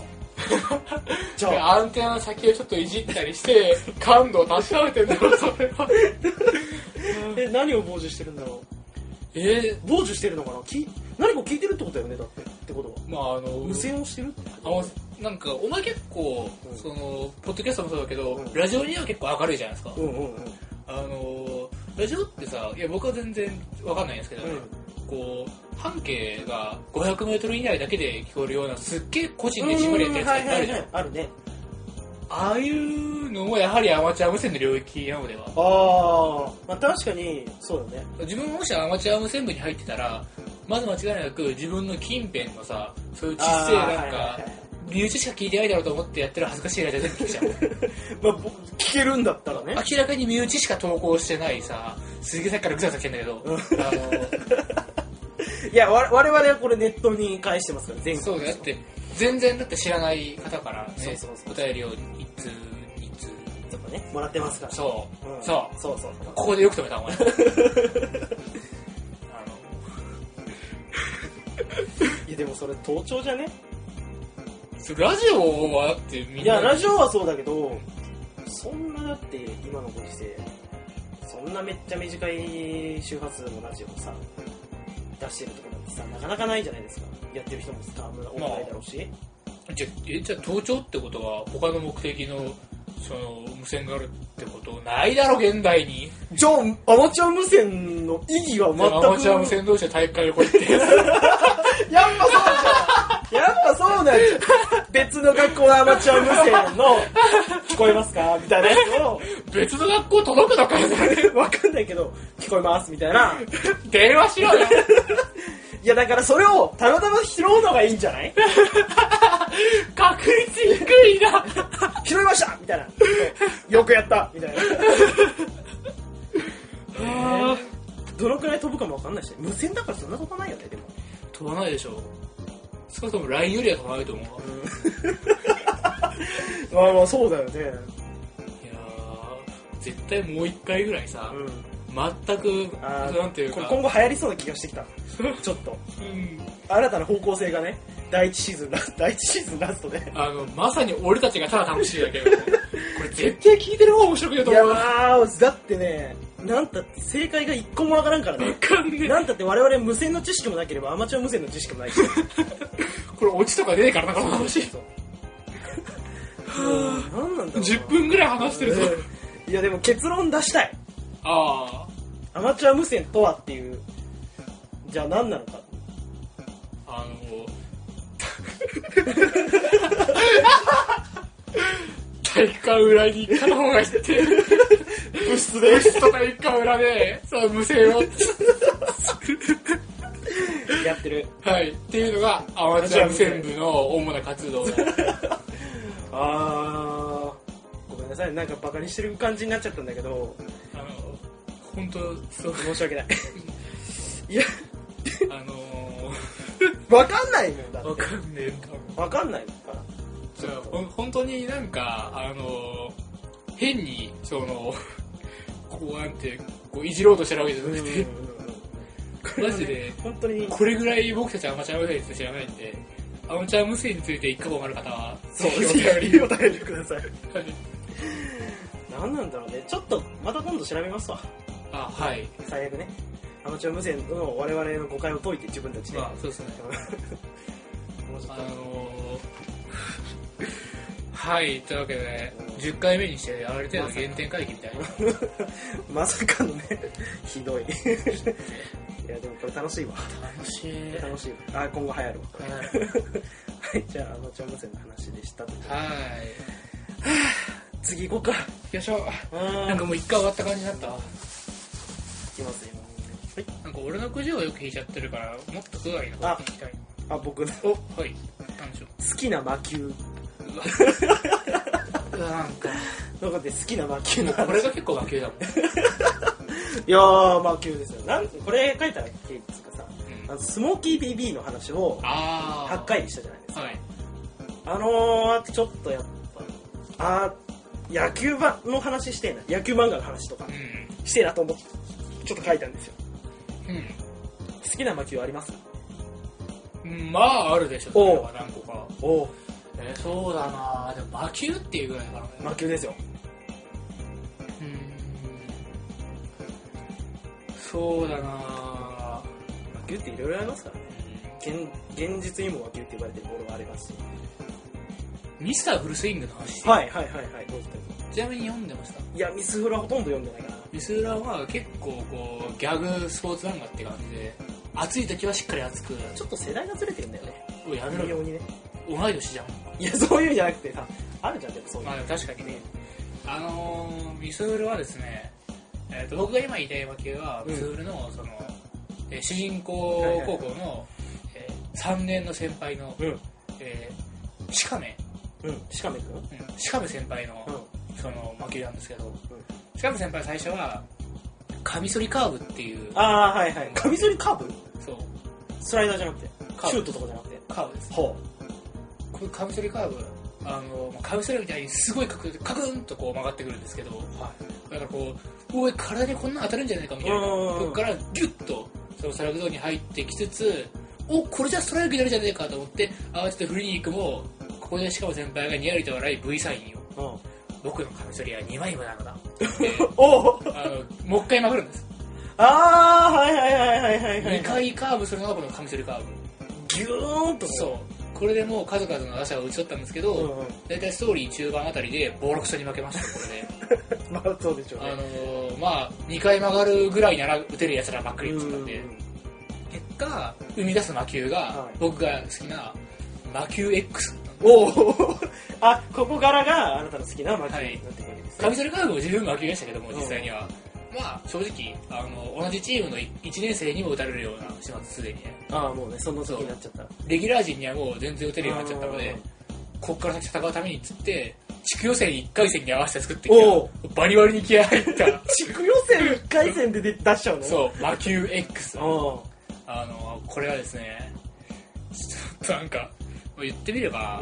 Speaker 2: じゃあ
Speaker 1: アンテナの先をちょっといじったりして感度を確かめてんだろそれは
Speaker 2: え何を傍受してるんだろ
Speaker 1: え
Speaker 2: う傍受してるのかな聞い何か聞いてるってことだよねだってってことは
Speaker 1: ー、まああの
Speaker 2: 無線をしてるって
Speaker 1: あのなんかお前結構、
Speaker 2: うん
Speaker 1: そのポッドキャストもそうだけど、
Speaker 2: うん
Speaker 1: ラジオには結構明るいじゃないですか、
Speaker 2: うんうんうん
Speaker 1: あのラジオってさいや僕は全然わかんないんですけど、こう半径が 500m 以内だけで聞こえるようなすっげえ個人でじっくりやってるやつがいっぱいあるじゃん、
Speaker 2: あるね
Speaker 1: ああいうのもやはりアマチュア無線の領域なのでは
Speaker 2: ああまあ確かにそうだね
Speaker 1: 自分もしアマチュア無線部に入ってたらまず間違いなく自分の近辺のさそういう小
Speaker 2: あ
Speaker 1: さい
Speaker 2: ー
Speaker 1: なん
Speaker 2: はいはい
Speaker 1: か
Speaker 2: はい
Speaker 1: 身内しか聞いてないだろうと思ってやってる恥ずかしいラジオ全部聞 いちゃう
Speaker 2: まあぼ聞けるんだったらね
Speaker 1: 明らかに身内しか投稿してないさ鈴木さっきからぐさぐさ来てんだけどあ
Speaker 2: いやわ我々はこれネットに返してますから全
Speaker 1: の
Speaker 2: 国
Speaker 1: そうだって全然だって知らない方から
Speaker 2: そう
Speaker 1: ね
Speaker 2: そうそ
Speaker 1: お
Speaker 2: う
Speaker 1: 便りを一通二通
Speaker 2: とかねもらってますから
Speaker 1: そう、
Speaker 2: うん
Speaker 1: そう
Speaker 2: そうそう
Speaker 1: ここでよく止めたお 前あの
Speaker 2: いやでもそれ盗聴じゃね
Speaker 1: ラジオはだってみんない
Speaker 2: や、ラジオはそうだけど、そんなだって今のご時世、そんなめっちゃ短い周波数のラジオをさ、出してるとこなんてさ、なかなかないじゃないですか。やってる人もさ、あんまり多くないだろうし。
Speaker 1: じゃえじゃあ盗聴ってことは他の目的のその無線があるってことないだろ現代に
Speaker 2: じゃあ、アマチュア無線の意義は
Speaker 1: アマチュア無線同士で体育館旅行行って
Speaker 2: やっぱそうじゃんやっぱそうなんじゃん別の学校のアマチュア無線の、聞こえますかみたいなやつ を、
Speaker 1: 別の学校届くのかよそれ
Speaker 2: わかんないけど、聞こえますみたいな。
Speaker 1: 電話し ろよ
Speaker 2: いや、だからそれをたまたま拾うのがいいんじゃない
Speaker 1: 確率低いな
Speaker 2: 拾いましたみたいな。 よくやったみたいな。どのくらい飛ぶかもわかんないし、無線だからそんな飛ばないよね、でも。
Speaker 1: 飛ばないでしょ少なくとも LINE よりは飛ばないと思うわ
Speaker 2: まあまあ、そうだよね。
Speaker 1: いやー絶対もう一回ぐらいさ、
Speaker 2: うん。
Speaker 1: 全く
Speaker 2: あー
Speaker 1: なんていうか
Speaker 2: こ今後流行りそうな気がしてきた。ちょっと。
Speaker 1: うん
Speaker 2: 新たな方向性がね、第一シーズンラス、第一シーズンラストで。
Speaker 1: あのまさに俺たちがただ楽しい だけこれ絶対聞いてる方面白くない
Speaker 2: い
Speaker 1: と
Speaker 2: や
Speaker 1: 思うわ
Speaker 2: ー、だってね、なんたって正解が一個もわからんか らね。
Speaker 1: かんねえ
Speaker 2: なんたって我々無線の知識もなければアマチュア無線の知識も ないし。
Speaker 1: これオチとか出ねえからなこの話
Speaker 2: そう。何な んだろうな。
Speaker 1: 10分ぐらい話してるぞ、
Speaker 2: うんいやでも結論出したい。
Speaker 1: あ
Speaker 2: アマチュア無線とはっていう。じゃあ何なのか。
Speaker 1: ああの 体育館裏に片方が行って
Speaker 2: 物質
Speaker 1: 部室と体育館裏でその無線を
Speaker 2: やってる。
Speaker 1: はいっていうのがアマチュア無線部の主な活 動だ
Speaker 2: あー。ごめんなさい。なんかバカにしてる感じになっちゃったんだけど、
Speaker 1: あの本当そう
Speaker 2: 申し訳ない。いや、
Speaker 1: あの
Speaker 2: わかんないのよ、だ
Speaker 1: わ
Speaker 2: って。
Speaker 1: かんねえ多分
Speaker 2: わかんないのか
Speaker 1: じゃあほん本当になんかあの変にその こうなんてこういじろうとしてるわけじゃなくて、
Speaker 2: な。
Speaker 1: マジで
Speaker 2: 本当に、
Speaker 1: これぐらい僕たちアマチュア無線について知らないんでアマチュア無線について一かもある方は
Speaker 2: そう、
Speaker 1: ぜひお便り
Speaker 2: お便りください。何なんだろうね。ちょっと、また今度調べますわ。
Speaker 1: あはい
Speaker 2: 最悪ね。アマチュア無線の我々の誤解を解いて自分たちで。
Speaker 1: まあそうですね
Speaker 2: もうちょ
Speaker 1: あ
Speaker 2: っ
Speaker 1: の ーはいというわけで10回目にしてある程度原点回帰みたいな
Speaker 2: と、まさかのね、 ひどい。いや、でもこれ楽しいわ。
Speaker 1: 楽しい
Speaker 2: 楽しいわ。あ、今後流行るわ。
Speaker 1: はい
Speaker 2: はい、じゃあアマチュア無線の話でした。
Speaker 1: はい
Speaker 2: 次行こうか。
Speaker 1: よいしょなん
Speaker 2: な
Speaker 1: んか
Speaker 2: かも
Speaker 1: もう一回終わった感じになったわ
Speaker 2: う来ますよ。
Speaker 1: なんか俺のくじをよく引いちゃってるから、もっと具合の方に行きたい。
Speaker 2: あ、僕の
Speaker 1: おはい。なんでしょ
Speaker 2: 好きな魔球。
Speaker 1: う。うわ。うわ、なんか。
Speaker 2: なんかで好きな魔球
Speaker 1: も
Speaker 2: の
Speaker 1: うこれが結構魔球だもん。
Speaker 2: いやー、魔球ですよ。なんこれ書いた経緯ですかさ、
Speaker 1: うん
Speaker 2: あのスモーキー BB の話を
Speaker 1: あー。
Speaker 2: 8回にしたじゃないですか。
Speaker 1: はい。
Speaker 2: あのー、あとちょっとやっぱ、あー、野球ばの話してえな。野球漫画の話とか
Speaker 1: う
Speaker 2: してえなと思って、ちょっと書いたんですよ。
Speaker 1: ん。
Speaker 2: 好きな魔球あります
Speaker 1: うん。まあ、あるでしょ、それは何個か。
Speaker 2: おう
Speaker 1: えーそうだなでも魔球っていうぐらいかな。
Speaker 2: 魔球ですよ。
Speaker 1: うん。そうだな
Speaker 2: 魔球っていろいろありますからね。現現実にも魔球って呼ばれてるものがありますし。
Speaker 1: ミスターフルスイングの話。
Speaker 2: はいはいはいはい、どうぞどうぞ
Speaker 1: ちなみに読んでました
Speaker 2: いや、ミスフラほとんど読んでないかな。
Speaker 1: ミスラは結構こうギャグスポーツ漫画って感じで暑い時はしっかり暑く
Speaker 2: ちょっと世代がずれてるんだよね。
Speaker 1: おいやめろ
Speaker 2: 微
Speaker 1: よ
Speaker 2: 妙にね。
Speaker 1: 同い年じゃん
Speaker 2: いや、そういうんじゃなくてさ、あるじゃん、でもそういう
Speaker 1: ま
Speaker 2: の。
Speaker 1: あでも確かにねあのー、ミスウルはですね、えー、と僕が今言いたいわけは、
Speaker 2: うん
Speaker 1: ミスウルのその、えー主人公高校の、え3年の先輩の、
Speaker 2: うん。
Speaker 1: えー、シカメ、
Speaker 2: うん。しかめくんうん。
Speaker 1: うん、シカメ先輩の、その魔球なんですけど、シカメ先輩最初はカミソリカーブっていう
Speaker 2: ああ、はいはい。カミソリカーブ
Speaker 1: そう
Speaker 2: スライダーじゃなくて。
Speaker 1: カーブ
Speaker 2: シュートとかじゃなくて。
Speaker 1: カーブです
Speaker 2: ほ
Speaker 1: このカミソリカーブあのまあカミソリみたいにすごい角度カクンとこう曲がってくるんですけど
Speaker 2: う。は
Speaker 1: だからこうおい体にこんなん当たるんじゃないかみたいな
Speaker 2: うんうんうん
Speaker 1: そこからギュッとそのストライクゾーンに入ってきつつおこれじゃストライクになるじゃないかと思って慌てて振りに行くもここでしかも先輩がにやりと笑い V サインを
Speaker 2: い。うん。
Speaker 1: 僕のカミソリは2枚もなのだ
Speaker 2: おお
Speaker 1: あのもう一回曲がるんです
Speaker 2: ああ、はいはいはいはいはいはい。
Speaker 1: 2回カーブするのがこのカミソリカーブ
Speaker 2: ギューンとこ
Speaker 1: そうこれでもう数々の打者を打ち取ったんですけど、
Speaker 2: う。うんうん。
Speaker 1: 大体ストーリー中盤あたりでボロクソに負けましたこれで
Speaker 2: まあ、そうでしょう
Speaker 1: あ
Speaker 2: ね。
Speaker 1: のーまあ2回曲がるぐらいなら打てるやつらばっかりって言ったんで
Speaker 2: うん
Speaker 1: 結果生み出す魔球が
Speaker 2: はい
Speaker 1: 僕が好きな魔球 X
Speaker 2: おお あ、ここからがあなたの好きな魔球
Speaker 1: はい
Speaker 2: になってくるわけですね。
Speaker 1: カミソリカーブも自分魔球でしたけども実際にはまあ正直あの同じチームの1年生にも打たれるような始末すでにね
Speaker 2: ああ、もうね、その時になっちゃったら。
Speaker 1: レギュラー陣にはもう全然打てるようになっちゃったの
Speaker 2: あ
Speaker 1: で
Speaker 2: ー
Speaker 1: こっから先戦うためにっつって地区予選1回戦に合わせて作ってき
Speaker 2: おう
Speaker 1: たバリバリに気合入った
Speaker 2: 地区予選1回戦で出出しちゃうのう
Speaker 1: そう魔球 X
Speaker 2: あ
Speaker 1: あのこれはですねちょっとなんか言ってみれば、
Speaker 2: あ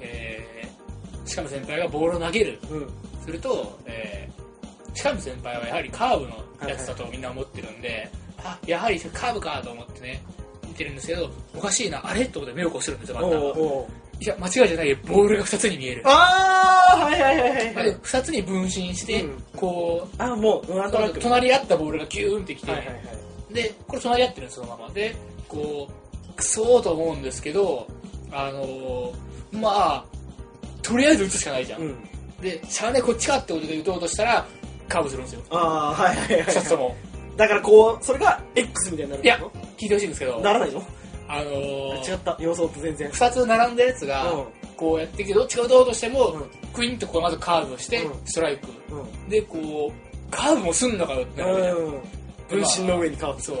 Speaker 1: えー、シカム先輩がボールを投げる
Speaker 2: うんうん
Speaker 1: すると、えー、シカム先輩はやはりカーブのやつだとみんな思ってるんで、あやはりカーブかと思ってね見てるんですけどおかしいなあれってことで目をこするんですよバッ
Speaker 2: お
Speaker 1: ター
Speaker 2: う
Speaker 1: が
Speaker 2: おう
Speaker 1: いや間違いじゃないよボールが2つに見える
Speaker 2: ああはいはいはいはい、はい、
Speaker 1: 2つに分身して、
Speaker 2: うん
Speaker 1: こう
Speaker 2: あもううんなんとなく
Speaker 1: 隣り合ったボールがキューンってきて、
Speaker 2: はいはいはい
Speaker 1: でこれ隣り合ってるんですそのままでこうクソーと思うんですけどあのーまあとりあえず打つしかないじゃん、
Speaker 2: うん
Speaker 1: でしゃあねこっちかってことで打とうとしたらカーブするんですよ
Speaker 2: ああはいはいはい、
Speaker 1: 2つと も
Speaker 2: だからこうそれが X みたいになるの
Speaker 1: いや聞いてほしいんですけど
Speaker 2: ならないの
Speaker 1: あの
Speaker 2: あ違
Speaker 1: ー、
Speaker 2: った予想と全然
Speaker 1: 2つ並んだやつが
Speaker 2: うん
Speaker 1: こうやってきてどっちか打とうとしても、
Speaker 2: うん
Speaker 1: クイーンとこうまずカーブをして
Speaker 2: うん
Speaker 1: ストライク
Speaker 2: うん
Speaker 1: でこうカーブもすんのかよってなるわけじゃん
Speaker 2: うん分身の上にカーブ
Speaker 1: そう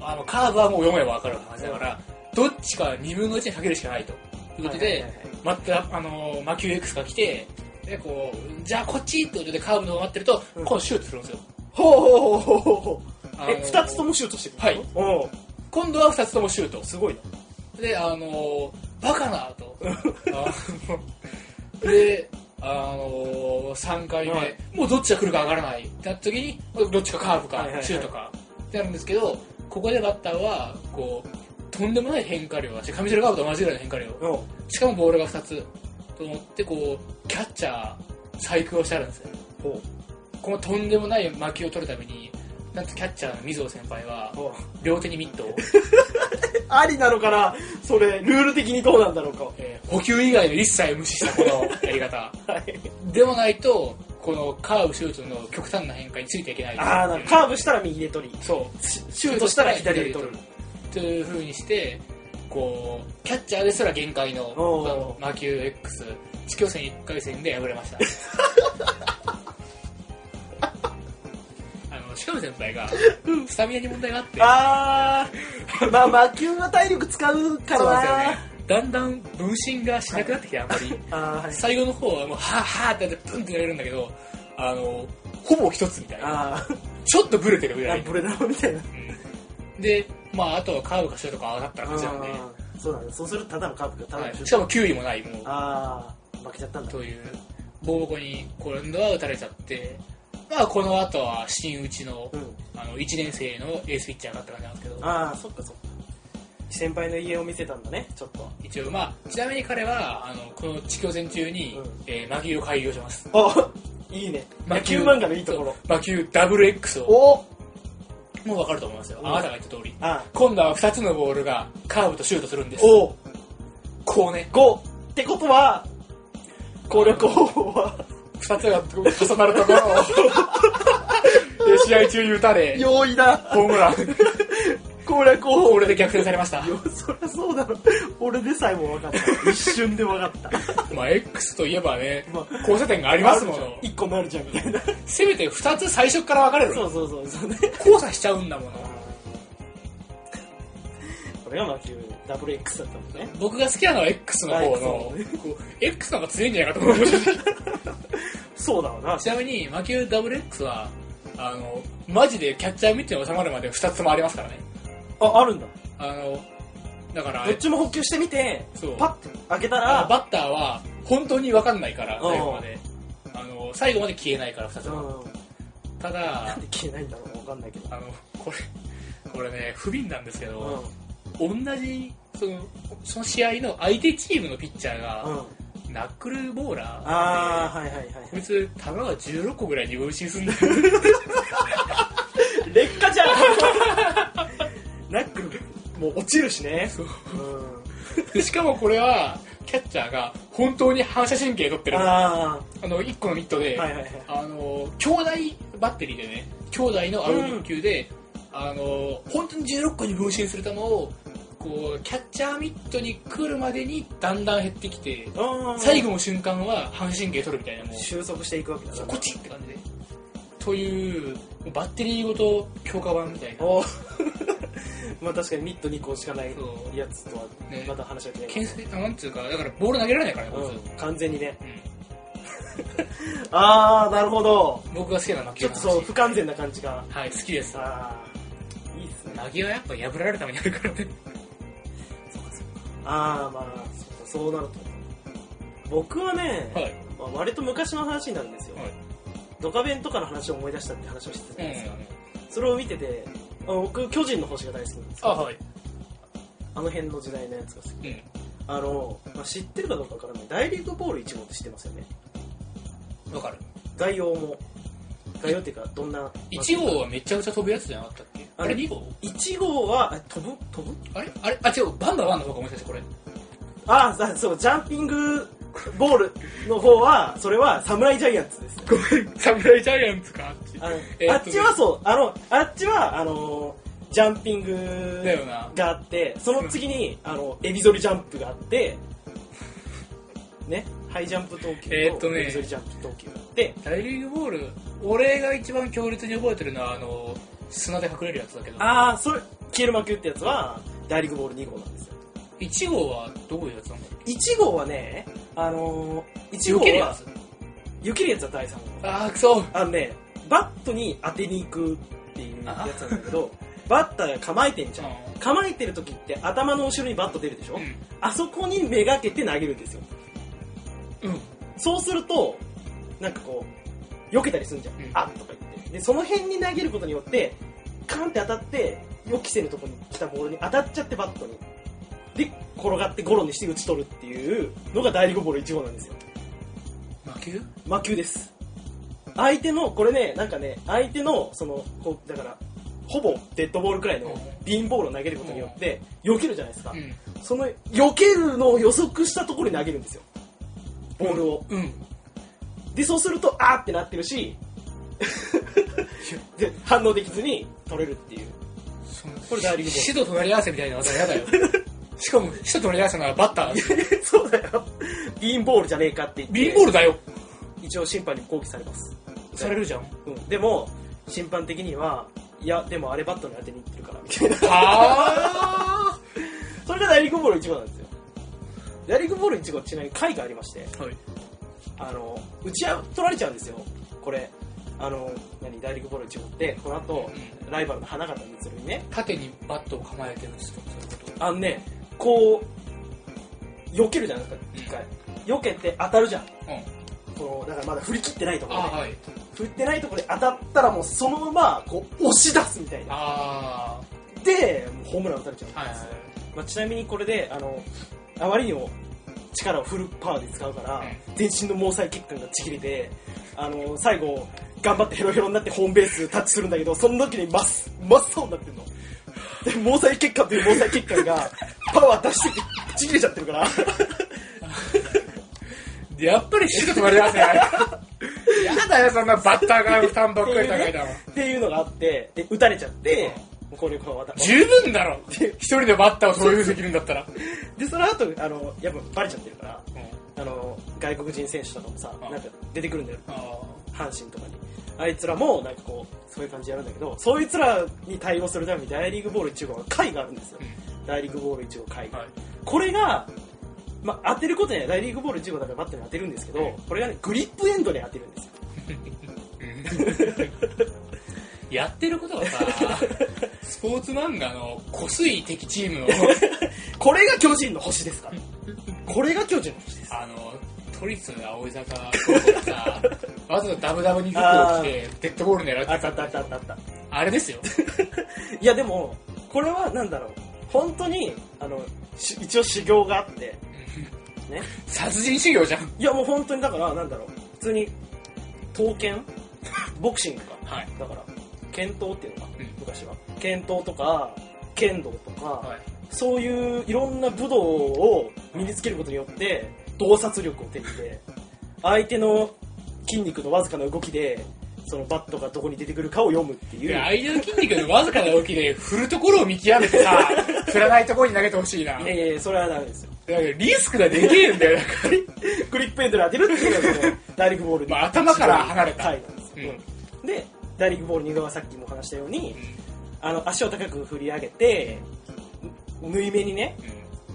Speaker 1: あのカーブはもう読めば分かる話だから、どっちか2分の1にかけるしかないということで、
Speaker 2: はいはいはい
Speaker 1: またあのー魔球 X が来てでこうじゃあこっちってことでカーブの方が待ってると、
Speaker 2: うん
Speaker 1: 今度シュートするんですよ
Speaker 2: ほうほうほうほうほう
Speaker 1: あの
Speaker 2: え
Speaker 1: ー
Speaker 2: 二つともシュートしてくるのおう
Speaker 1: 今度は2つともシュート
Speaker 2: すごいな
Speaker 1: であのーバカな とあのであのー、3回目、
Speaker 2: はい
Speaker 1: もうどっちが来るか分からないってなった時にどっちかカーブ
Speaker 2: は
Speaker 1: か
Speaker 2: いはいはい
Speaker 1: シュートかってなるんですけどここでバッターはこうとんでもない変化量だし上白カーブと同じぐらいの変化量
Speaker 2: おう
Speaker 1: しかもボールが2つと思ってこうキャッチャー細工をしてあるんですよ
Speaker 2: ほ
Speaker 1: このとんでもない魔球を取るためになんとキャッチャーの水尾先輩は
Speaker 2: うほう
Speaker 1: 両手にミットを、
Speaker 2: ありなのかなそれルール的にどうなんだろうか
Speaker 1: えー補給以外の一切無視したこのやり方
Speaker 2: はい
Speaker 1: でもないとこのカーブシュートの極端な変化についていけない
Speaker 2: ああなるカーブしたら右で取り
Speaker 1: そう
Speaker 2: シシュートしたら左で取る
Speaker 1: というふうにしてこうキャッチャーですら限界の
Speaker 2: お
Speaker 1: こ
Speaker 2: ー
Speaker 1: の魔球 X 地区予選1回戦で敗れま したあのしかも先輩がスタミナに問題があって
Speaker 2: ああ まあ魔球は体力使うか
Speaker 1: そう
Speaker 2: ら
Speaker 1: なん
Speaker 2: な
Speaker 1: ですよねだんだん分身がしなくなってきてあんまり
Speaker 2: ああはい
Speaker 1: 最後の方はもうはぁはぁってやってプンってやれるんだけどあのほぼ一つみたいな
Speaker 2: あ
Speaker 1: ちょっとブレてるぐ
Speaker 2: ー
Speaker 1: ら
Speaker 2: あ
Speaker 1: い
Speaker 2: ブレダーみたいな
Speaker 1: で、まあ、あとはカーブかシュートか上がったら
Speaker 2: あ
Speaker 1: 勝ちなんで、
Speaker 2: ーそうなんだそうするとただのカーブかただ
Speaker 1: は
Speaker 2: のシ
Speaker 1: い、
Speaker 2: ュ
Speaker 1: し
Speaker 2: ー
Speaker 1: か
Speaker 2: ト
Speaker 1: も球威もない、もう、
Speaker 2: ああ負けちゃったんだ
Speaker 1: という、ボーボコに今度は打たれちゃって、まあ、この後は新内の、
Speaker 2: うん
Speaker 1: あの1年生のエースピッチャーがあった感じなんですけど、
Speaker 2: ああそっかそっか先輩の家を見せたんだねちょっと
Speaker 1: 一応、まあ、ちなみに彼は、あのこの地区予選中に、
Speaker 2: うん
Speaker 1: えー魔球を開業します。
Speaker 2: あ いいね野球漫画のいいところ
Speaker 1: そう。魔球ダブル X を、
Speaker 2: お
Speaker 1: もう分かると思いますよ。
Speaker 2: うん
Speaker 1: あなたが言った通り。
Speaker 2: あ
Speaker 1: 今度は2つのボールがカーブとシュートするんです。
Speaker 2: お
Speaker 1: こうね、
Speaker 2: 5ってことは攻略方法は
Speaker 1: 2つが重なるところ をで、試合中に打たれ、
Speaker 2: 容易だ
Speaker 1: ホームラン。
Speaker 2: 攻略方法
Speaker 1: これで逆転されました。
Speaker 2: よそりゃそうだろ俺でさえも分かった一瞬で分かった
Speaker 1: まあ、X といえばね、
Speaker 2: まあ
Speaker 1: 交差点がありますもの。
Speaker 2: 1個になるじゃんみたいな
Speaker 1: せめて2つ最初から分かれる。
Speaker 2: そうそうそうそうね
Speaker 1: 交差しちゃうんだもの。
Speaker 2: これが魔球ダブル X だったもんね
Speaker 1: 僕が好きなのは X の方の、
Speaker 2: は
Speaker 1: こ
Speaker 2: いう
Speaker 1: X の方が強いんじゃないかと思いました。
Speaker 2: そうだわな
Speaker 1: ちなみに、魔球 WX は、あの、マジでキャッチャーミットに収まるまで2つもありますからね。
Speaker 2: ああるんだ
Speaker 1: あの、だから、
Speaker 2: どっちも補給してみて
Speaker 1: そう
Speaker 2: パッて開けた
Speaker 1: あ
Speaker 2: ら
Speaker 1: のバッターは本当に分かんないから、
Speaker 2: うん
Speaker 1: 最後まで。あの、最後まで消えないから、2つ
Speaker 2: う
Speaker 1: は。
Speaker 2: ん
Speaker 1: ただ
Speaker 2: なん、で消えないんだろう分かんないけど
Speaker 1: あの、これ、これね、不憫なんですけど、
Speaker 2: うん
Speaker 1: 同じそのその試合の相手チームのピッチャー
Speaker 2: う
Speaker 1: が
Speaker 2: ん
Speaker 1: ナックルボーラ
Speaker 2: あ
Speaker 1: ー
Speaker 2: あはいはいはい
Speaker 1: でこいつ球が16個ぐらいに分身すんだよ
Speaker 2: 劣化じゃんナックルもう落ちるしね
Speaker 1: そう
Speaker 2: うん
Speaker 1: でしかもこれはキャッチャーが本当に反射神経取ってるあ
Speaker 2: あ
Speaker 1: の1個のミットで、
Speaker 2: あはいはいはい
Speaker 1: あの兄弟バッテリーでね兄弟のあの1球で、あの本当に16個に分身する球をこうキャッチャーミットに来るまでにだんだん減ってきて
Speaker 2: あー
Speaker 1: 最後の瞬間は反射神経取るみたいなもう
Speaker 2: 収束していくわけだな
Speaker 1: こっちって感じで。という、バッテリーごと強化版みたいな。
Speaker 2: お まあ確かにミット2個しかない
Speaker 1: そう
Speaker 2: やつとは
Speaker 1: ね
Speaker 2: また話が違
Speaker 1: 牽
Speaker 2: う
Speaker 1: 制あなんつうかだからボール投げられないからねこいつ、
Speaker 2: うん、完全にね
Speaker 1: うん
Speaker 2: ああなるほど
Speaker 1: 僕が好きな負
Speaker 2: ち
Speaker 1: け
Speaker 2: ょっとそう不完全な感じが
Speaker 1: はい好きです
Speaker 2: ああいいっすね
Speaker 1: 投げはやっぱ破られるためにあるからね
Speaker 2: ああまあそうそうなると僕はね、
Speaker 1: はい
Speaker 2: まあ、割と昔の話になるんですよ、
Speaker 1: はい
Speaker 2: ドカベンとかの話を思い出したって話をしてたじゃないですか、
Speaker 1: うん
Speaker 2: それを見ててあ僕巨人の星が大好きなんですよ
Speaker 1: あはい
Speaker 2: あの辺の時代のやつが好き
Speaker 1: うん
Speaker 2: あの、まあ、知ってるかどうかわからない大リーグボール1号って知ってますよね
Speaker 1: わかる
Speaker 2: 概要も概要っていうかどんな
Speaker 1: 1号はめちゃくちゃ飛ぶやつじゃなかったっけあれ2号
Speaker 2: 1号はあ飛ぶ飛ぶ
Speaker 1: あれあれあ違うバンババンの方が面白いですこれ
Speaker 2: ああさそうジャンピングボールの方はそれは侍ジャイアンツです
Speaker 1: ごめん侍ジャイアンツかあっち
Speaker 2: あの
Speaker 1: えー
Speaker 2: あ
Speaker 1: と
Speaker 2: っちはそうあのあっちはあのジャンピング
Speaker 1: だよな
Speaker 2: があってその次にあのエビ反りジャンプが あってねハイジャンプ投球
Speaker 1: えーっ
Speaker 2: と
Speaker 1: とね
Speaker 2: エビ反りジャンプ投球があって
Speaker 1: 大リーグボール俺が一番強烈に覚えてるのはあの砂で隠れるやつだけど
Speaker 2: ああそれ消える魔球ってやつは大リーグボール2号なんですよ
Speaker 1: 1号はどういうやつなんだろ
Speaker 2: 1号はねあのー、1
Speaker 1: う避
Speaker 2: 号は
Speaker 1: けるやつ
Speaker 2: 避けるやつは第3号
Speaker 1: ああクソ
Speaker 2: あのね、バットに当てに行くっていうやつなんだけど、バッターが構えてんじゃん。構えてる時って頭の後ろにバット出るでしょ、
Speaker 1: う
Speaker 2: あそこにめがけて投げるんですよ。
Speaker 1: んうん
Speaker 2: そうすると、なんかこう、避けたりするんじゃん。
Speaker 1: うん
Speaker 2: あっとか言って。で、その辺に投げることによって、カンって当たって、予期せぬところに来たボールに当たっちゃってバットに。で、転がってゴロにして打ち取るっていうのが第5ボール1号なんですよ。
Speaker 1: 魔球
Speaker 2: 魔球です相手のこれねなんかね相手のそのこうだからほぼデッドボールくらいの
Speaker 1: うん
Speaker 2: ビーンボールを投げることによって避けるじゃないですか、
Speaker 1: うん
Speaker 2: その避けるのを予測したところに投げるんですよボールを、
Speaker 1: うん
Speaker 2: でそうするとあーってなってるし で反応できずに取れるっていう
Speaker 1: こ
Speaker 2: こ
Speaker 1: れ
Speaker 2: れ
Speaker 1: ダー
Speaker 2: ダー
Speaker 1: リ
Speaker 2: リ
Speaker 1: ン
Speaker 2: ン
Speaker 1: グ死と
Speaker 2: グボール
Speaker 1: 隣り合わせみたいな技やだ よしかも死と隣り合わせならバッターだし
Speaker 2: そうだよビーンボールじゃねえかって言って
Speaker 1: ビーボールだよ
Speaker 2: 一応審判にも抗議されます
Speaker 1: される じゃん
Speaker 2: うん、でも審判的にはいやでもあれバットに当てにいってるからみたいな
Speaker 1: あ
Speaker 2: それがダイリングボール1号なんですよダイリングボール1号ちなみに回がありまして
Speaker 1: あはい
Speaker 2: あの打ち合う取られちゃうんですよこれあの何ダイリングボール1号ってこの後、
Speaker 1: う
Speaker 2: ライバルの花形にするにね
Speaker 1: 縦にバットを構えてるんですとかそういうこと
Speaker 2: あのねこう避けるじゃないですか一回避けて当たるじゃん
Speaker 1: うん
Speaker 2: このだからまだ振り切ってないとこ
Speaker 1: あ
Speaker 2: ろで、
Speaker 1: はい
Speaker 2: 振ってないところで当たったらもうそのままこう押し出すみたいな
Speaker 1: あ
Speaker 2: でもうホームラン打たれちゃうんです
Speaker 1: あ
Speaker 2: よ
Speaker 1: はいはい
Speaker 2: まあ、ちなみにこれであのあまりにも力をフルパワーで使うから、全身の毛細血管がちぎれてあの最後頑張ってヘロヘロになってホームベースタッチするんだけどその時に真っ真っ青になってるので毛細血管という毛細血管がパワー出しててちぎれちゃってるから
Speaker 1: でやっぱり死と隣り合わせややだよそんなバッターが負担ばっかり高いだろ
Speaker 2: っていうのがあってで打たれちゃって、もうこれこれまた
Speaker 1: 十分だろ一人のバッターをそういうふうにできるんだったら
Speaker 2: でその後あのやっぱバレちゃってるから
Speaker 1: うん
Speaker 2: あの外国人選手とかもさ
Speaker 1: うん
Speaker 2: なんか出てくるんだよ
Speaker 1: ああ
Speaker 2: 阪神とかにあいつらもなんかこうそういう感じでやるんだけどそいつらに対応するために大リーグボール1号の会があるんですよ、大リーグボール1号会が、
Speaker 1: はい
Speaker 2: これが、まあ、当てることには大リーグボール1号だからバットに当てるんですけど、
Speaker 1: うん
Speaker 2: これがねグリップエンドに当てるんですよ
Speaker 1: やってることがさスポーツ漫画の濃すい敵チ ームを
Speaker 2: これが巨人の星ですからこれが巨人の星です
Speaker 1: あの都立青井坂高校がさわざとダブダブに服を着てデッドボール狙
Speaker 2: あ
Speaker 1: っ
Speaker 2: った
Speaker 1: て
Speaker 2: あったあ
Speaker 1: た
Speaker 2: ったあったあった
Speaker 1: あれですよ
Speaker 2: いやでもこれはなんだろう本当にあのし一応修行があってね
Speaker 1: 殺人修行じゃん
Speaker 2: いやもう本当にだからなんだろう普通に刀剣 ボクシングか
Speaker 1: はい
Speaker 2: だから剣闘っていうのか、
Speaker 1: うん
Speaker 2: 昔は剣闘とか剣道とか、
Speaker 1: はい
Speaker 2: そういういろんな武道を身につけることによって洞察力を手に入れ相手の筋肉のわずかな動きでそのバットがどこに出てくるかを読むっていう
Speaker 1: で間の筋肉のわずかな動きで振るところを見極めてさ 振らないところに投げてほしいない
Speaker 2: やいやいやそれはダメですよ
Speaker 1: だからリスクができえんだよだから
Speaker 2: グリップエンドで当てるっていうのがこの大陸ボー ル
Speaker 1: まあ頭から離れた
Speaker 2: はいなんですよ、で大陸ボール2側はさっきも話したように、あの足を高く振り上げて縫い目にね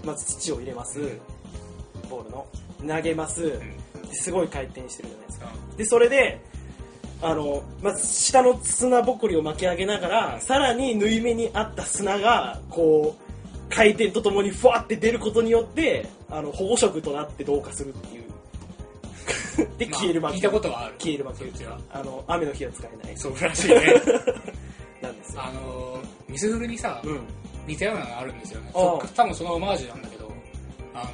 Speaker 2: まず土を入れます、
Speaker 1: うん
Speaker 2: ボールの投げます、
Speaker 1: うん
Speaker 2: すごい回転してるじゃないですかでそれであのまず下の砂ぼこりを巻き上げながらさらに縫い目にあった砂がこう回転とともにふわって出ることによってあの保護色となって同化するっていう で
Speaker 1: まあ
Speaker 2: 消える魔球、
Speaker 1: 聞いたことはある
Speaker 2: 消える魔球
Speaker 1: そっちは
Speaker 2: あの雨の日は使えない
Speaker 1: そうらしいね
Speaker 2: なんです よ
Speaker 1: あのーミスフルにさ、
Speaker 2: うん
Speaker 1: 似たようなのがあるんですよね
Speaker 2: ああ
Speaker 1: そっか多分そのオマージュなんだけどあの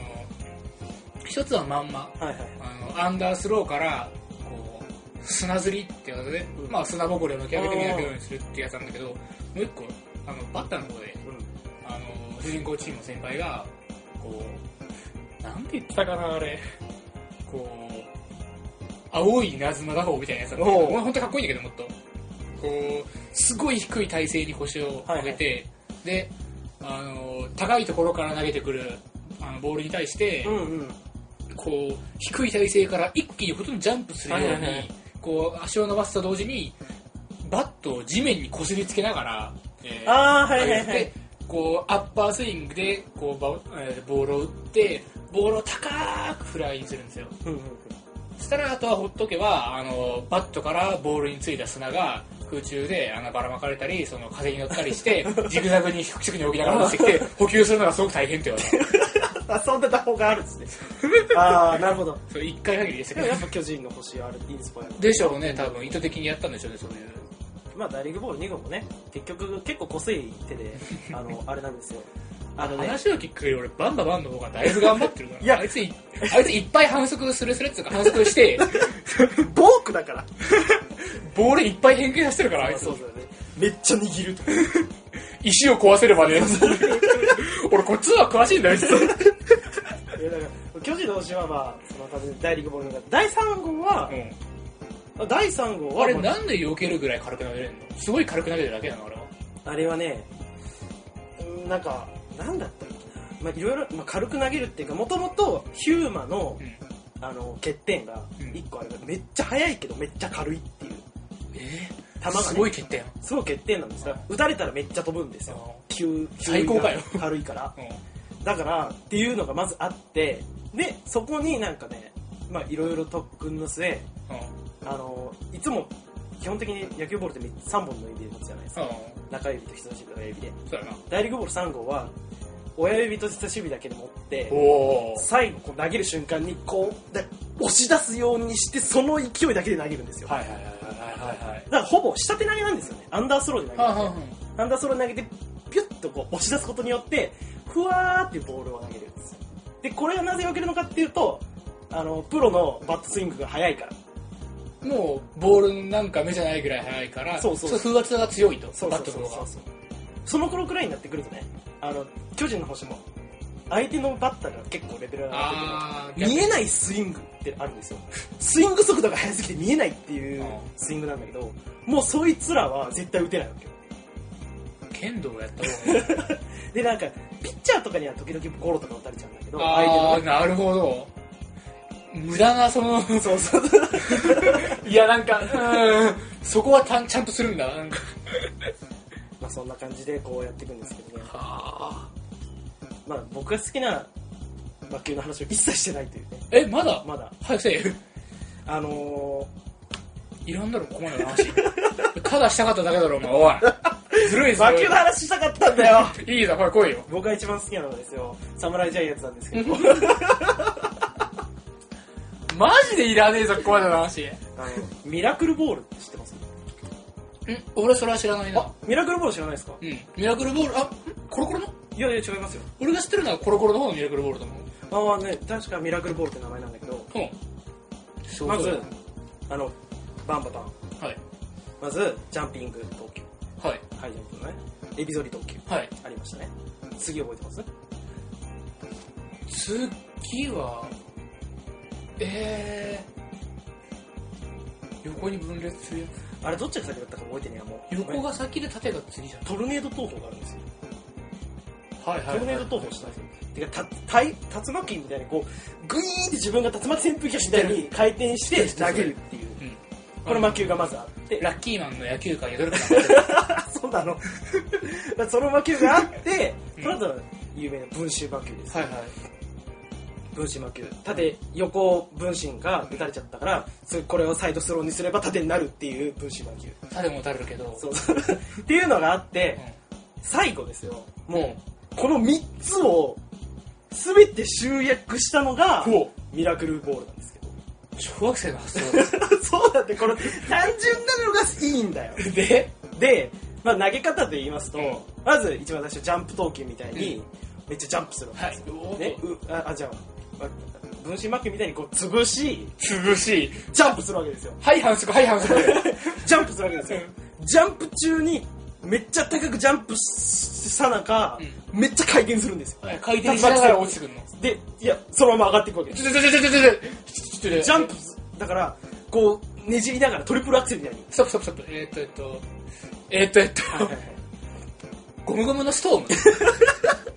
Speaker 1: 一つはまんま
Speaker 2: はいはい
Speaker 1: あのアンダースローからこう砂ずりってやつで、
Speaker 2: うん
Speaker 1: まあ、砂ぼこりを巻き上げて磨くようにするってやつなんだけどもう一個あのバッターの方で
Speaker 2: う
Speaker 1: あの主人公チームの先輩がこうなんて言ってたかなあれこう青い稲妻打法みたいなやつだったけど
Speaker 2: おう
Speaker 1: お前本当かっこいいんだけどもっとこうすごい低い体勢に腰を上げて、であの高いところから投げてくるあのボールに対して、
Speaker 2: んうんうん
Speaker 1: こう低い体勢から一気にほとんどジャンプするように、
Speaker 2: はいはいはい
Speaker 1: こう足を伸ばすと同時にバットを地面にこすりつけながら、えー
Speaker 2: ああはいはいはい
Speaker 1: でこうアッパースイングでこうバウえーボールを打ってボールを高くフライにするんですよ
Speaker 2: うんうん
Speaker 1: そしたらあとはほっとけばあのバットからボールについた砂が空中であのばらまかれたりその風に乗ったりして ジグザグにシュクシュクに起きながら落ちてきて補給するのがすごく大変って言われた
Speaker 2: 遊んでた方があるっす ねああなるほど
Speaker 1: それ1回限りでしたけ
Speaker 2: でも
Speaker 1: ど
Speaker 2: やっぱ巨人の星はあれインスパイア
Speaker 1: でしょうね多分意図的にやったんでしょうねそういう
Speaker 2: まあ大リーグボール2号もね結局結構こすい手であの あれなんですよあのね
Speaker 1: 話を聞くより俺バンババンの方がだいぶ頑張ってるから
Speaker 2: いや
Speaker 1: あいついあいついっぱい反則するするっつうか反則 して
Speaker 2: ボークだから
Speaker 1: ボールいっぱい変形させてるからあいつ
Speaker 2: そうだよねめっちゃ握るとか
Speaker 1: 石を壊せれば ね俺こっちは詳しいんだよ実は
Speaker 2: えだから巨人の星はまあその数で大リーグボールの中第3号は、第3号は
Speaker 1: あれ
Speaker 2: ま
Speaker 1: なんで避けるぐらい軽く投げれるのすごい軽く投げてるだけなのあれは
Speaker 2: あれはねうんなんかなんだったっけなまあいろいろまあ軽く投げるっていうかもともとヒューマの
Speaker 1: うん
Speaker 2: あの欠点が
Speaker 1: うん
Speaker 2: 1個あればめっちゃ速いけどめっちゃ軽いっていう
Speaker 1: え
Speaker 2: 球
Speaker 1: ー
Speaker 2: が、ね、
Speaker 1: すごい欠点
Speaker 2: すごい欠点なんですよ打たれたらめっちゃ飛ぶんですよ急
Speaker 1: 最高かよ
Speaker 2: 急に軽いから
Speaker 1: うん
Speaker 2: だからっていうのがまずあってでそこになんかねまあいろいろ特訓の末
Speaker 1: うん
Speaker 2: あのいつも基本的に野球ボールって3本の指で持つじゃないですか
Speaker 1: そ
Speaker 2: 中指と人差し指と親指で
Speaker 1: うやな
Speaker 2: 大リーグボール3号は親指と人差し指だけで持って
Speaker 1: おお
Speaker 2: 最後こう投げる瞬間にこうで押し出すようにしてその勢いだけで投げるんですよ
Speaker 1: はいはいはいはいはいはい
Speaker 2: だからほぼ下手投げなんですよねアンダースローで投げるん
Speaker 1: は
Speaker 2: で
Speaker 1: あはあは
Speaker 2: アンダースロー投げてピュッとこう押し出すことによってふわーっていうボールを投げるんですよでこれがなぜ分けるのかっていうとあのプロのバットスイングが速いから
Speaker 1: あもうボールなんか目じゃないぐらい速いから
Speaker 2: そうそう
Speaker 1: ちょっと風圧が強いと
Speaker 2: そう
Speaker 1: バ
Speaker 2: そ
Speaker 1: ット
Speaker 2: うそう
Speaker 1: の
Speaker 2: そ
Speaker 1: 方
Speaker 2: う
Speaker 1: が
Speaker 2: そうその頃くらいになってくるとねあの巨人の星も相手のバッターが結構レベルが上が
Speaker 1: あ
Speaker 2: って
Speaker 1: ー
Speaker 2: て見えないスイングってあるんですよスイング速度が速すぎて見えないっていうスイングなんだけどもうそいつらは絶対打てないわけよ
Speaker 1: 剣道やった方がいい
Speaker 2: でなんかピッチャーとかには時々ゴロとか打たれちゃうんだけど相手の
Speaker 1: あ
Speaker 2: ね
Speaker 1: あなるほど無駄なその
Speaker 2: そうそう そう。
Speaker 1: いやなんか うーんそこはたんちゃんとするんだなんか
Speaker 2: まあそんな感じでこうやっていくんですけどね。
Speaker 1: あ
Speaker 2: まあ僕が好きな魔球の話を一切してないというね。
Speaker 1: ーえまだ
Speaker 2: まだ。
Speaker 1: 早くせえ
Speaker 2: あの
Speaker 1: いらんだろここまでの話ただしたかっただけだろお前おいずるい
Speaker 2: ー、
Speaker 1: ぞ
Speaker 2: 魔球の話したかったんだよ
Speaker 1: いいぞほら来いよ
Speaker 2: 僕が一番好きなのはですよ、侍ジャイアンツなんですけど、
Speaker 1: マジでいらねえぞここまでの話ん
Speaker 2: あの、ミラクルボールって知ってます
Speaker 1: 俺それは知らないな
Speaker 2: あ、ミラクルボール知らないですか
Speaker 1: うんミラクルボールあんコロコロの
Speaker 2: いやいや違いますよ。
Speaker 1: 俺が知ってるのはコロコロの方のミラクルボールだもん
Speaker 2: ああね、確かミラクルボールって名前なんだけど、
Speaker 1: うん
Speaker 2: まず
Speaker 1: は、
Speaker 2: あの、バンババン。
Speaker 1: い
Speaker 2: まず、ジャンピング投球。
Speaker 1: はい
Speaker 2: ハイジャンプのね、エビゾリ投球。
Speaker 1: はい
Speaker 2: ありましたね。次覚えてます
Speaker 1: 次はえー、横に分裂するや
Speaker 2: あれどっちが先だったか覚えてねえやもう
Speaker 1: つ横が先で縦が次じゃん
Speaker 2: トルネード投法があるんですよ
Speaker 1: はい
Speaker 2: トルネード投法したんですよてかたたい竜巻みたいにこうグイーンって自分が竜巻扇風機みたいに回転して投げるっていう
Speaker 1: うん
Speaker 2: この魔球がまずあって
Speaker 1: ラッキーマンの野球界やるか
Speaker 2: あそうなの まあその魔球があって、その後有名な文集魔球です、
Speaker 1: はいはい
Speaker 2: 分子魔球縦横分身が出たれちゃったからそれこれをサイドスローにすれば縦になるっていう分子魔球
Speaker 1: 種もたれるけど
Speaker 2: そうそう っていうのがあって最後ですよもうこの3つを全て集約したのが
Speaker 1: こ
Speaker 2: ミラクルボールなんですけど
Speaker 1: う小学生の発想です
Speaker 2: そうだってこの単純なのがいいんだよ
Speaker 1: で
Speaker 2: で、まあ、投げ方で言いますと、
Speaker 1: うん
Speaker 2: まず一番最初ジャンプ投球みたいに、
Speaker 1: うん
Speaker 2: めっちゃジャンプするわけ
Speaker 1: はい
Speaker 2: ですよ、
Speaker 1: お
Speaker 2: ね、うああじゃあ、まあ分身魔球みたいにこう潰し
Speaker 1: 潰しい
Speaker 2: ジャンプするわけですよ
Speaker 1: はい反則はい反則
Speaker 2: ジャンプするわけですよジャンプ中にめっちゃ高くジャンプしさなか、めっちゃ回転するんですよ
Speaker 1: はい回転しながら落ちてくるの
Speaker 2: でいやそのまま上がっていくわけです
Speaker 1: ちょちょちょちょちょちょちょちょ
Speaker 2: ジャンプだからこうねじりながらトリプルアクセルみたいに
Speaker 1: ストップストップストップえーっとえっとえーっとえっとゴムゴムのストーム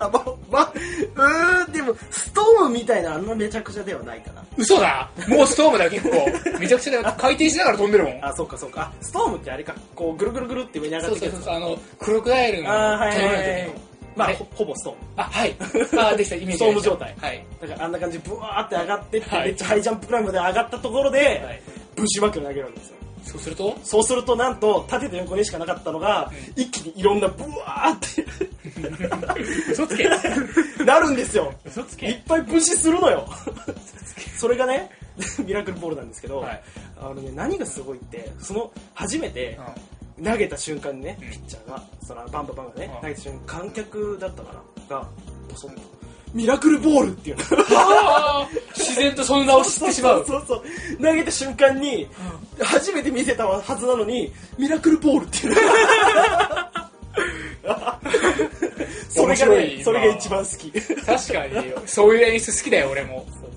Speaker 2: あままうーんでもストームみたいなあんなめちゃくちゃではないかな
Speaker 1: 嘘だもうストームだよ結構めちゃくちゃだよ回転しながら飛んでるもん
Speaker 2: あそうかそうかあストームってあれかこうぐるぐるぐるって上に上がっ
Speaker 1: そう
Speaker 2: てく
Speaker 1: そう
Speaker 2: る
Speaker 1: そうあのクロクダイルの
Speaker 2: あーはいはいはい
Speaker 1: 飛び降りの時の
Speaker 2: まあ
Speaker 1: あれ
Speaker 2: ほほぼストーム
Speaker 1: あはいあーできたイメージ
Speaker 2: ストーム状態
Speaker 1: はい
Speaker 2: だからあんな感じでブワーって上がってって、
Speaker 1: はい
Speaker 2: めっちゃハイジャンプくらいまで上がったところで、
Speaker 1: はい
Speaker 2: ブッシュバックを投げるわけですよ
Speaker 1: そうすると
Speaker 2: そうするとなんと縦と横にしかなかったのが、一気にいろんなブワーっ
Speaker 1: 嘘つけ
Speaker 2: て なるんですよ
Speaker 1: 嘘つ
Speaker 2: いっぱい分子するのよそれがね ミラクルボールなんですけど、
Speaker 1: はい
Speaker 2: あのね、何がすごいってその初めて投げた瞬間にね、
Speaker 1: うん
Speaker 2: ピッチャーがそのバンバンバンがね、
Speaker 1: うん
Speaker 2: 投げた瞬間観客だったからがポソンとミラクルボールっていうの
Speaker 1: あー自然とその名を知ってしまう
Speaker 2: そうそうそう投げた瞬間に、初めて見せたはずなのにミラクルボール っていうのそれが
Speaker 1: 面白い
Speaker 2: ね
Speaker 1: な
Speaker 2: それが一番好きそう
Speaker 1: 確かにそういう演出好きだよ俺も
Speaker 2: そうそう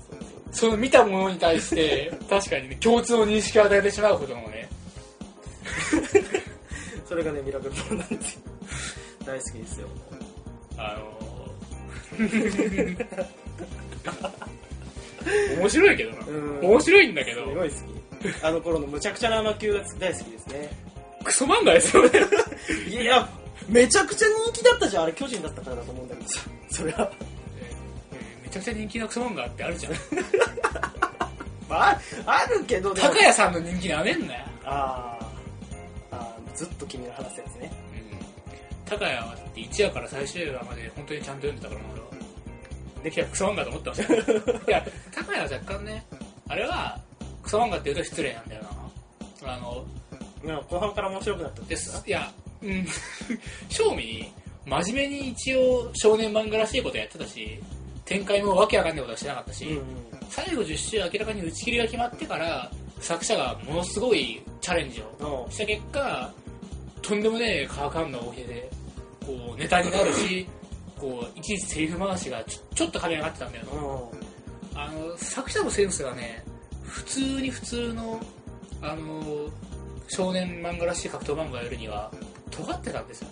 Speaker 1: その見たものに対して確かにね共通の認識を与えてしまうほどのね
Speaker 2: それがねミラクルボールなんですよ大好きですよ
Speaker 1: あのー面白いけどな
Speaker 2: うん
Speaker 1: 面白いんだけ
Speaker 2: す
Speaker 1: ど
Speaker 2: ごい好きあの頃のむちゃくちゃな魔球が大好きですね
Speaker 1: クソ漫画ですよね
Speaker 2: いやめちゃくちゃ人気だったじゃんあれ巨人だったからだと思うんだけどさそれは
Speaker 1: めちゃくちゃ人気のクソ漫画ってあるじゃん
Speaker 2: まああるけどで も
Speaker 1: 高谷さんの人気なめんなよ、
Speaker 2: あーあーずっと君が話すやつね
Speaker 1: うん、高谷はだって1話から最終話まで本当にちゃんと読んでたからな俺はできたらクソ漫画と思ってま したよいや高谷は若干ねあれはクソ漫画って言うと失礼なんだよなあの
Speaker 2: なんか後半から面白くなったん
Speaker 1: で
Speaker 2: です
Speaker 1: すいやうん 正味真面目に一応少年漫画らしいことやってたし展開もわけわかんないことはしてなかったし、
Speaker 2: うんうん
Speaker 1: 最後10週明らかに打ち切りが決まってから作者がものすごいチャレンジを
Speaker 2: の
Speaker 1: した結果とんでもねえ化学反応を経てこうネタになるしこういちいちセリフ回しがちょちょっと神がかってたんだよな
Speaker 2: う
Speaker 1: あの作者のセンスがね普通に普通のあの少年漫画らしい格闘漫画よりには尖ってたんですよ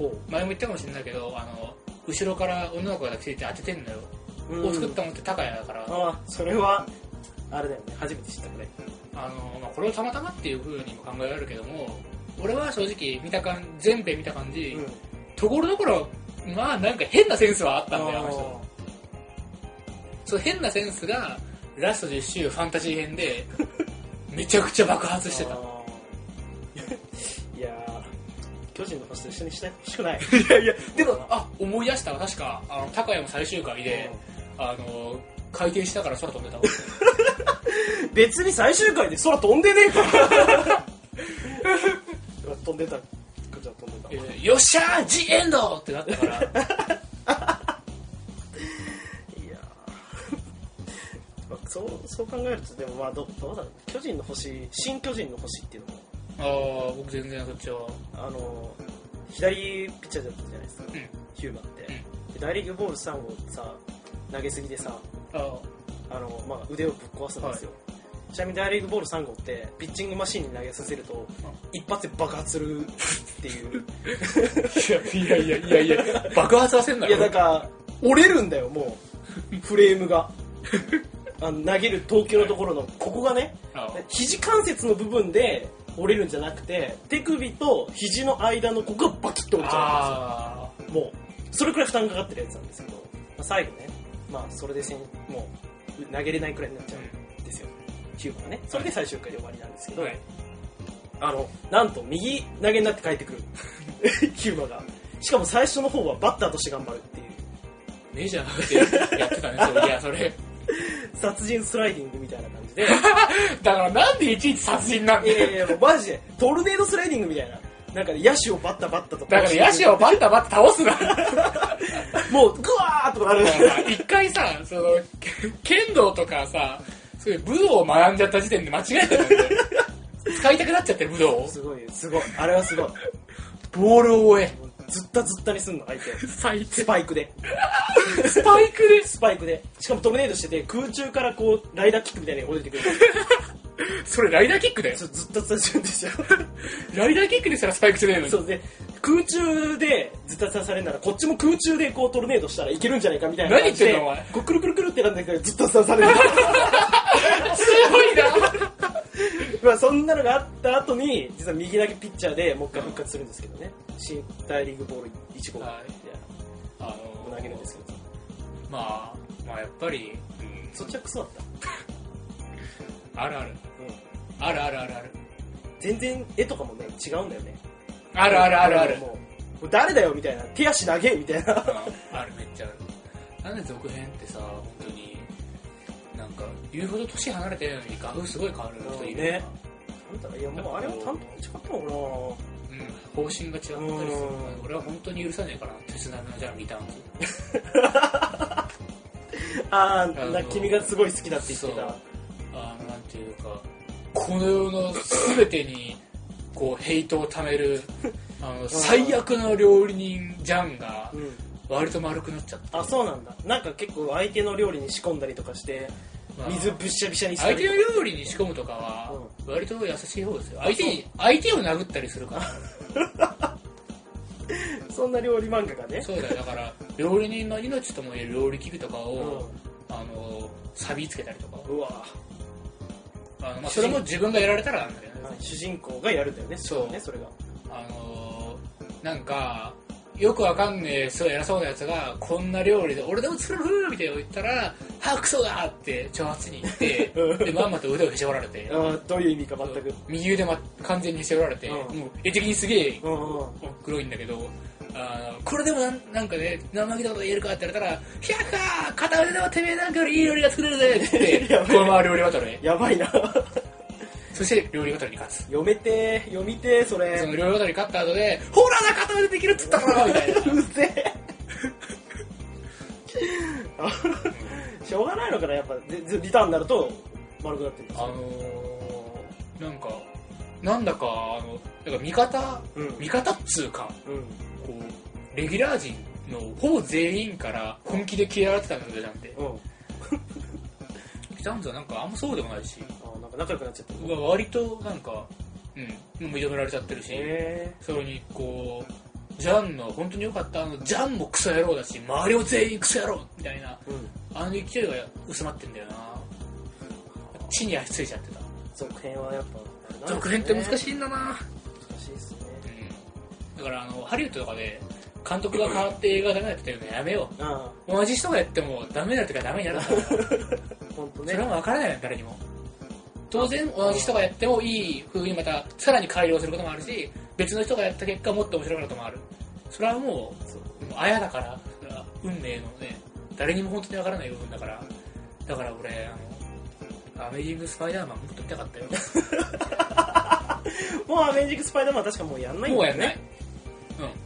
Speaker 1: ね
Speaker 2: ん
Speaker 1: 前も言ったかもしれないけどあの後ろから女の子が抱きついて当ててんのよ、
Speaker 2: うん
Speaker 1: を作ったのって高谷だから
Speaker 2: ああそれはあれだよね初めて知ったこれ
Speaker 1: あの、まあ、これをたまたまっていう風にも考えられるけども俺は正直見た感じ全編見た感じ、
Speaker 2: うん
Speaker 1: ところどころまあなんか変なセンスはあったんだよあの人
Speaker 2: あ
Speaker 1: その変なセンスがラスト10週ファンタジー編 でめちゃくちゃ爆発
Speaker 2: ー
Speaker 1: してた
Speaker 2: あ
Speaker 1: い
Speaker 2: ーいやー巨人の星と一緒にしてほしくない
Speaker 1: やいやでもあ思い出したわ確かあの高谷も最終回で、あの回転しながら空飛んで たわ
Speaker 2: 別に最終回で空飛んでねえから飛んでたこっちは飛んで
Speaker 1: え
Speaker 2: た
Speaker 1: ーよっしゃージエンドってなったから
Speaker 2: いやー まあそうそう考えるとでもまあどどうだろう巨人の星新巨人の星っていうのも
Speaker 1: ああ僕全然そっちは
Speaker 2: あの左ピッチャーだったじゃないですか、
Speaker 1: うん
Speaker 2: ヒューマンって、で大リーグボール3をさ投げすぎでさ
Speaker 1: ああ
Speaker 2: あの、まあ、腕をぶっ壊すんですよ、ちなみに大リーグボール3号ってピッチングマシンに投げさせると一発で爆発するっ ていう
Speaker 1: いやいやいやいやいや爆発はせんないよ
Speaker 2: やなんか折れるんだよもうフレーム があの投げる投球のところのここがね
Speaker 1: ああ
Speaker 2: 肘関節の部分で折れるんじゃなくて手首と肘の間のここがバキッと折れちゃ
Speaker 1: あ
Speaker 2: うんですよもうそれくらい負担かかってるやつなんですけど、まあ、最後ねまあそれでせんもう投げれないくらいになっちゃうんですよヒューマンがねそれで最終回で終わりなんですけ
Speaker 1: ー
Speaker 2: ど、
Speaker 1: はい
Speaker 2: あのなんと右投げになって帰ってくる ヒューマンがしかも最初の方はバッターとして頑張るっていう
Speaker 1: メジャーでやってたねそういやそれ
Speaker 2: 殺人スライディングみたいな感じで
Speaker 1: だからなんでいちいち殺人なん
Speaker 2: いやいや
Speaker 1: で
Speaker 2: いやもうマジでトルネードスライディングみたいななんかね野手をバッタバッタと
Speaker 1: だから野手をバッタバッタ倒すな
Speaker 2: もうグワーッとなる
Speaker 1: 一回さそのけ剣道とかさそういう武道を学んじゃった時点で間違えてるんだよ使いたくなっちゃってる武道を
Speaker 2: すごいよすごいあれはすごい
Speaker 1: ボールを追え
Speaker 2: ずったずったにすんの相手を
Speaker 1: 最低
Speaker 2: スパイクで
Speaker 1: スパイクで
Speaker 2: スパイクでしかもトルネードしてて空中からこうライダーキックみたいに降りてくる
Speaker 1: それライダーキックだよ
Speaker 2: そうずったずたにするんですよ
Speaker 1: ライダーキックですらスパイクすれないのに
Speaker 2: そうで空中でずったずたされるならこっちも空中でこうトルネードしたらいけるんじゃないかみたいな
Speaker 1: 何言
Speaker 2: 感
Speaker 1: っ
Speaker 2: じで
Speaker 1: てんのお前
Speaker 2: こうくるくるくるってなんだけどずったずたされる
Speaker 1: すごいな
Speaker 2: まあそんなのがあった後に実は右だけピッチャーでもう一回復活するんですけどね新大リーグボール1号
Speaker 1: はいあの
Speaker 2: を投げるんですけど
Speaker 1: まあまあやっぱり、うん
Speaker 2: そっちはクソだった、
Speaker 1: あるある
Speaker 2: うん
Speaker 1: あるあるあるある
Speaker 2: 全然絵とかもね違うんだよね
Speaker 1: あるあるあるある
Speaker 2: もうもうもう誰だよみたいな手足長えみたいな
Speaker 1: あるめっちゃあるなんで続編ってさ本当になんか言うほど年離れてないのに画風すごい変わる人いるよな
Speaker 2: ねなんだろういやもうあれは担当違ったの
Speaker 1: うん、方針が違ったりするから
Speaker 2: うん
Speaker 1: 俺は本当に許さねえから鉄鍋のじゃあ見たん
Speaker 2: かなあ
Speaker 1: あ
Speaker 2: ー
Speaker 1: の
Speaker 2: な君がすごい好きだって言ってた
Speaker 1: あのなんていうかこの世の全てにこうヘイトをため るあの最悪の料理人ジャンが
Speaker 2: うん
Speaker 1: 割と丸くなっちゃった
Speaker 2: あそうなんだなんか結構相手の料理に仕込んだりとかして
Speaker 1: まあ
Speaker 2: 水ぶっしゃびしゃにした
Speaker 1: 相
Speaker 2: り
Speaker 1: 手
Speaker 2: と
Speaker 1: の
Speaker 2: か
Speaker 1: 料理に仕込むとかは割と優しい方ですよ相手に相手を殴ったりするから
Speaker 2: そんな料理漫画がね
Speaker 1: そうだよだから料理人の命ともいえる料理器具とか
Speaker 2: う
Speaker 1: を、あの錆びつけたりとか
Speaker 2: んうわ
Speaker 1: あの、まあ、それも自分がやられたらなんだけどね、
Speaker 2: 主人公がやるんだよね
Speaker 1: そう
Speaker 2: ねそれが
Speaker 1: あのーなんかよくわかんねえすごい偉そうなやつがこんな料理で俺でも作れるみたいなの言ったら「はあクソだ!」って挑発に行って
Speaker 2: うん
Speaker 1: でまんまと腕をへし折られて
Speaker 2: あーどういう意味か全く
Speaker 1: 右腕、ま、完全にへし折られて、
Speaker 2: うん
Speaker 1: もう絵的にすげえ
Speaker 2: うんうんうん
Speaker 1: 黒いんだけどあのこれでもなんなんかね生意気なこと言えるかって言われたら「ひゃっかー片腕でもてめえなんかよりいい料理が作れるぜ!」って言っ て
Speaker 2: やべ
Speaker 1: このまま料理バトルへ
Speaker 2: やばいな
Speaker 1: そして料理バトルに勝つ
Speaker 2: 読めて読みてそれ
Speaker 1: その料理バトルに勝った後で「ほらな片腕でできるっつったから!」みたいな
Speaker 2: うぜえあしょうがないのかなやっぱででリターンになると丸くなってるんです
Speaker 1: あ
Speaker 2: よ
Speaker 1: のー、なんか、なんだか、あの、なんか味方、
Speaker 2: うん
Speaker 1: 味方っつうか、
Speaker 2: う
Speaker 1: こう、レギュラー陣のほぼ全員から本気で嫌われてたんだじゃんって。
Speaker 2: んうん
Speaker 1: キタンズはなんかあんまそうでもないし、
Speaker 2: あなんか仲良くなっちゃった
Speaker 1: 僕は割となんか、うん、もう認められちゃってるし、
Speaker 2: へ
Speaker 1: それにこう、ジャンの、本当に良かった、あの、ジャンもクソ野郎だし、周りも全員クソ野郎みたいな、
Speaker 2: えうん
Speaker 1: あの勢いが薄まってんだよな。地に足ついちゃってた。
Speaker 2: 続編はやっぱあれなんですね
Speaker 1: 続編って難しいんだな。
Speaker 2: 難しいっすね
Speaker 1: だからあのハリウッドとかで監督が変わって映画がダメだって言うのやめよ
Speaker 2: あ
Speaker 1: う同じ人がやってもダメだとかダメになるから
Speaker 2: あ本当
Speaker 1: それ
Speaker 2: ね
Speaker 1: は分からないの誰にも当然同じ人がやってもいい風にまたさらに改良することもあるし別の人がやった結果もっと面白くなることもあるそれはも
Speaker 2: そう
Speaker 1: うもうあやだから運命のね誰にも本当に分からない部分だからだから俺あのアメージング・スパイダーマンもっと見たかったよ
Speaker 2: もうアメージング・スパイダーマン確かもうやんないん
Speaker 1: もう
Speaker 2: だ
Speaker 1: や
Speaker 2: よ
Speaker 1: んない
Speaker 2: ね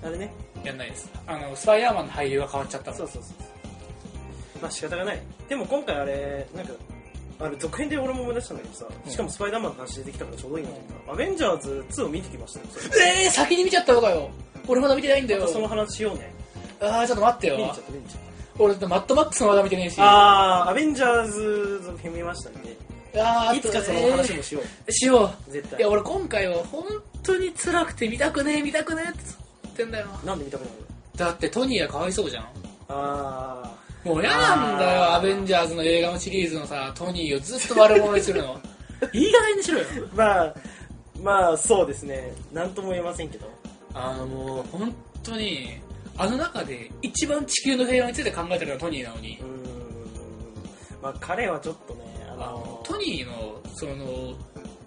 Speaker 1: うん
Speaker 2: あれね
Speaker 1: やんないですあのスパイダーマンの俳優が変わっちゃったの
Speaker 2: そうそうそうまあ仕方がないでも今回あれなんかあれ続編で俺も思い出したんだけどさ、
Speaker 1: うん
Speaker 2: しかもスパイダーマンの話出てきたからちょうどいいなと思ったアベンジャーズ2を見てきましたよそれ
Speaker 1: えー、先に見ちゃったのかよ俺まだ見てないんだよ
Speaker 2: またその話しようね
Speaker 1: あーちょっと待って
Speaker 2: 見に行っ
Speaker 1: よ
Speaker 2: ちゃった見に行っちゃっ
Speaker 1: 俺だってマッドマックスもまだ見てねえした
Speaker 2: ああアベンジャーズ続編見ましたんで
Speaker 1: あー
Speaker 2: いつかその話もしよう
Speaker 1: えーしよ
Speaker 2: 絶
Speaker 1: う
Speaker 2: 対
Speaker 1: いや俺今回は本当に辛くて見たくねえ見たくねえって言ってんだよ
Speaker 2: なんで見たくないの
Speaker 1: だってトニーはかわいそうじゃん
Speaker 2: あ
Speaker 1: もう嫌なんだよ
Speaker 2: あー
Speaker 1: アベンジャーズの映 画のシリーズのさトニーをずっと悪者にするのいい加減にしろよ
Speaker 2: あまあまあそうですねなんとも言えませんけど
Speaker 1: あのもう本当にあの中で一番地球の平和について考えてるのはトニーなのに
Speaker 2: うー、んまあ彼はちょっとねあ
Speaker 1: あの
Speaker 2: の
Speaker 1: トニーのその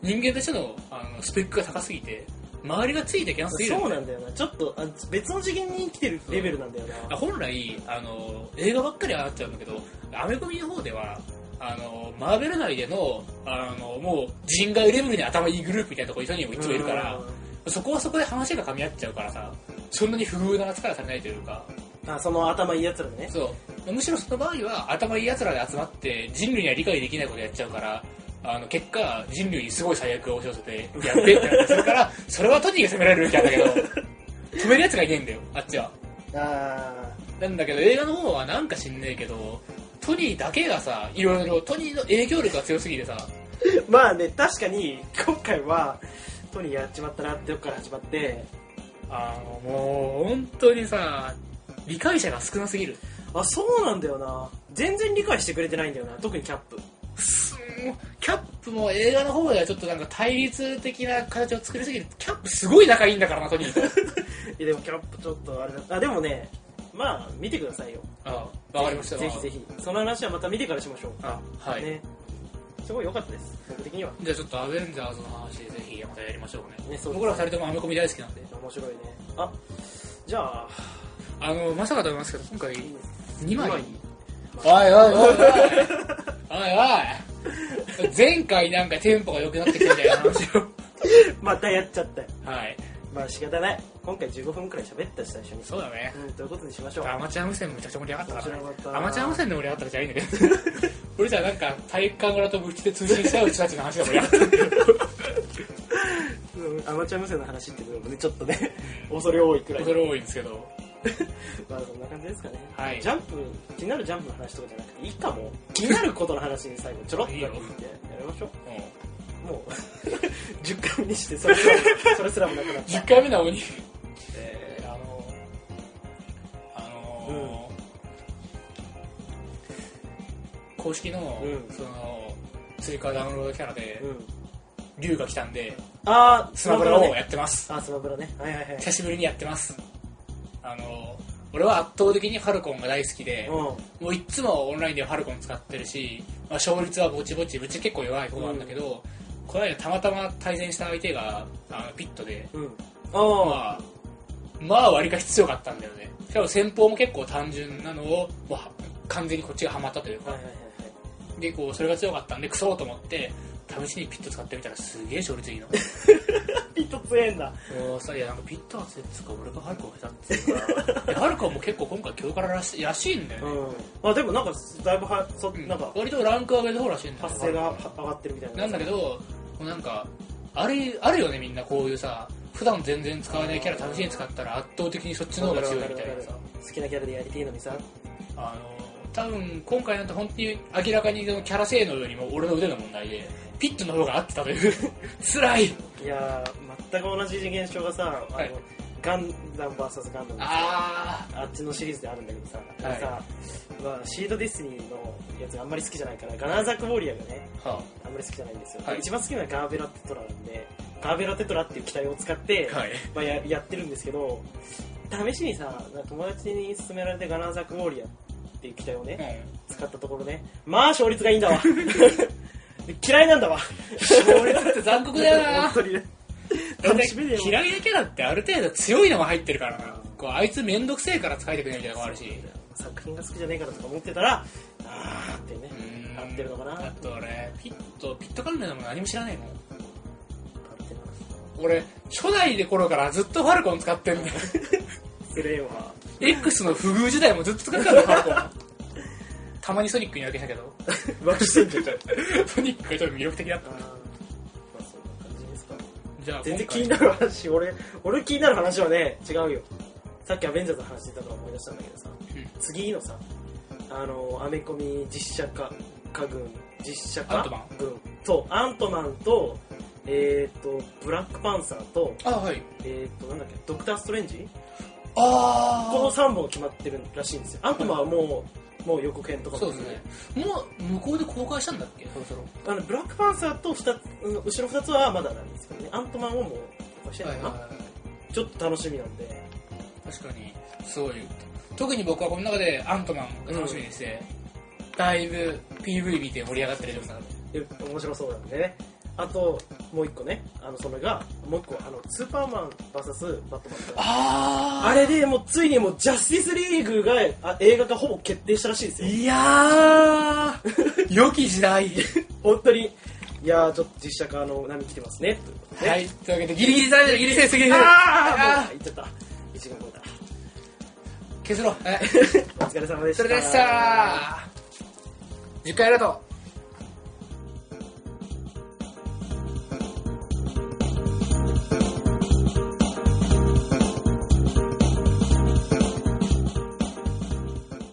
Speaker 1: 人間としてのあのスペックが高すぎて周りがついてきゃんすぎる
Speaker 2: そうなんだよなちょっとあ別の次元に生きてるレベルなんだよな
Speaker 1: 本来あの映画ばっかりはなっちゃうんだけどアメコミの方ではあのマーベル内でのあのもう人外レベルに頭いいグループみたいなとこにトニーもいつもいるからそこはそこで話が噛み合っちゃうからさそんなに不遇な扱いはされないというか
Speaker 2: うんあその頭いいやつらでね
Speaker 1: そうむしろその場合は頭いい奴らで集まって人類には理解できないことやっちゃうからあの結果人類にすごい最悪を押し寄せてやってってなってするからそれはトニーが責められるみたいなんだけど止める奴がいねえんだよあっちは
Speaker 2: あ
Speaker 1: なんだけど映画の方はなんか知んねえけどトニーだけがさいろいろトニーの影響力が強すぎてさ
Speaker 2: ーまあね確かに今回はトニーやっちまったなってとこから始まって
Speaker 1: あのもう本当にさ理解者が少なすぎる
Speaker 2: あそうなんだよな全然理解してくれてないんだよな特にキャップ
Speaker 1: すキャップも映画の方ではちょっとなんか対立的な形を作りすぎてキャップすごい仲いいんだからなトニーと
Speaker 2: いやでもキャップちょっとあれだあでもねまあ見てくださいよ
Speaker 1: ああ、わかりました。
Speaker 2: ぜひぜひその話はまた見てからしましょう
Speaker 1: あ、はい。
Speaker 2: ね、すごい良かったです僕的には
Speaker 1: じゃあちょっとアベンジャーズの話ぜひまたやりましょうね。
Speaker 2: ねそうです
Speaker 1: 僕ら二人ともアメコミ大好きなんで。
Speaker 2: 面白いねあじゃあ
Speaker 1: あの、まさかと思いますけど、今回
Speaker 2: いいです
Speaker 1: 2枚。お
Speaker 2: 二
Speaker 1: い
Speaker 2: 枚
Speaker 1: おいおいおいおいおい前回なんかテンポが良くなってきたみたいな話を。
Speaker 2: またやっちゃったよ
Speaker 1: はい。
Speaker 2: まあ仕方ない今回15分くらい喋ったし最初に
Speaker 1: そうだね。
Speaker 2: うんということにしましょう
Speaker 1: アマチュア無線もめちゃくちゃ盛り上がったからね
Speaker 2: 面白かったな
Speaker 1: アマチュア無線で盛り上がったらじゃあいいんだけど俺じゃなんか体育館裏と部室で通信したうちたちの話が盛り上がった
Speaker 2: うんアマチュア無線の話っていうのもねちょっとね 恐れ多いくらい
Speaker 1: それ多いんですけど
Speaker 2: まあそんな感じですかね、
Speaker 1: はい
Speaker 2: ジャンプ気になるジャンプの話とかじゃなくていいかも気になることの話に最後ちょろっとだけ言ってやりましょ
Speaker 1: う
Speaker 2: うもう 10回目にしてそれ すらもそれすらもなくなっ
Speaker 1: ん
Speaker 2: た
Speaker 1: 10回目なのに
Speaker 2: え
Speaker 1: あのあの公式の,、
Speaker 2: うん
Speaker 1: その追加ダウンロードキャラで
Speaker 2: ー、うん
Speaker 1: 龍が来たんで
Speaker 2: あー
Speaker 1: スマブラをやってます、
Speaker 2: あスマブラねはいはいはい
Speaker 1: 久しぶりにやってますあの俺は圧倒的にファルコンが大好きで、
Speaker 2: う
Speaker 1: もういっつもオンラインではファルコン使ってるし、まあ、勝率はぼちぼちうち結構弱い方なんだけど、この間たまたま対戦した相手があのピットで
Speaker 2: んうんあ
Speaker 1: まあ、まあ割かし強かったんだよね。しかも戦法も結構単純なのを、もうは完全にこっちがハマったという
Speaker 2: あ
Speaker 1: か、
Speaker 2: はいはいはい
Speaker 1: で、こう、それが強かったんで、クソーと思って、試しにピット使ってみたらすげえ勝率いいの。
Speaker 2: ピット強えんだ
Speaker 1: もうさ、いや、なんかピットは強いっつうか、俺がハルコン下手っつう から、いやハルコンも結構今回強かららしらしいんだよ
Speaker 2: う
Speaker 1: ね。
Speaker 2: んあでもなんかだいぶはそ
Speaker 1: うん
Speaker 2: なんか
Speaker 1: 割とランク上げの方らしいんだよ
Speaker 2: 発声が上がってるみたいな
Speaker 1: なんだけど、もうなんか、あれ、あるよね、みんなこういうさ、普段全然使わないキャラ試しに使ったら圧倒的にそっちの方が強いみたいなさ。
Speaker 2: 好きなキャラでやりてえのにさ
Speaker 1: あの多分今回なんて本当に明らかにそのキャラ性能よりも俺の腕の問題でピットの方が合ってたという 辛い
Speaker 2: いやー全く同じ現象がさあの、
Speaker 1: はい
Speaker 2: ガンダム VS ガンダムあ
Speaker 1: あ
Speaker 2: っちのシリーズであるんだけどさ,、
Speaker 1: はい
Speaker 2: さまあ、シードディスニーのやつがあんまり好きじゃないからガナーザック・ウォリアーがね
Speaker 1: あ、は
Speaker 2: あんまり好きじゃないんですよ、
Speaker 1: はい
Speaker 2: 一番好きなのはガーベラ・テトラなんでガーベラ・テトラっていう機体を使って、
Speaker 1: はい
Speaker 2: まあ、ややってるんですけど試しにさなんか友達に勧められてガナーザック・ウォリアーっていう機体をね、
Speaker 1: う
Speaker 2: 使ったところねまあ勝率がいいんだわ で嫌いなんだわ
Speaker 1: ん、俺だって残酷だよな
Speaker 2: 本当にね楽しみだよ
Speaker 1: 嫌いなキャラってある程度強いのも入ってるからなこうあいつめんどくせえから使いたくないみたいなのもあるし
Speaker 2: 作品が好きじゃねえからとか思ってたらあーってね
Speaker 1: うん
Speaker 2: 合ってるのかな
Speaker 1: あ
Speaker 2: 合
Speaker 1: と俺ピットピット関連のもの何も知らないもん
Speaker 2: ってるのか
Speaker 1: 俺初代で頃からずっとファルコン使ってん だよ
Speaker 2: なスレイは
Speaker 1: X の不遇時代もずっと使ってたんだよファルコ ンたまにソニックにだけしたけど
Speaker 2: 浮気してんじゃん
Speaker 1: ソニックがちょっと魅力的だった
Speaker 2: まあそんな感じですか
Speaker 1: じゃあ
Speaker 2: 全然
Speaker 1: 今
Speaker 2: 気に
Speaker 1: 回
Speaker 2: なる話俺俺気になる話はね違うよさっきアベンジャーズの話してたから思い出したんだけどさ
Speaker 1: うん
Speaker 2: 次のさあのアメコミ実写化化軍実写
Speaker 1: アントマ
Speaker 2: 化
Speaker 1: ン
Speaker 2: 軍そうアントマンとえっ、とブラックパンサーと
Speaker 1: あはい
Speaker 2: えっ、となんだっけドクター・ストレンジ
Speaker 1: あ
Speaker 2: この3本決まってるらしいんですよアントマンはもうもう予告編とか
Speaker 1: そ
Speaker 2: も
Speaker 1: うですねもう向こうで公開したんだっけそろそろ
Speaker 2: あのブラックパンサーと二つうん後ろ2つはまだなんですけどねアントマンをもう公開してる
Speaker 1: はい
Speaker 2: の
Speaker 1: はい
Speaker 2: かな、ちょっと楽しみなんで
Speaker 1: 確かにすごい特に僕はこの中でアントマンが楽しみにして、だいぶ PV 見て盛り上がってるような
Speaker 2: で面白そうなんでねあともう一個ねあのそれがもう一個あのスーパーマン VS バットマンって
Speaker 1: あ
Speaker 2: あれでもうついにもうジャスティスリーグがあ映画化ほぼ決定したらしいですよ
Speaker 1: いやー良き時 代
Speaker 2: 本当にいやーちょっと実写化の波来てますねということで
Speaker 1: はいというわけでギリギリされてるギリギリすぎる
Speaker 2: ああ
Speaker 1: あ
Speaker 2: もう言っちゃった1時間超え
Speaker 1: ー削ろうはい
Speaker 2: たお疲れ様で し
Speaker 1: そ
Speaker 2: た
Speaker 1: れでした10回ありがとう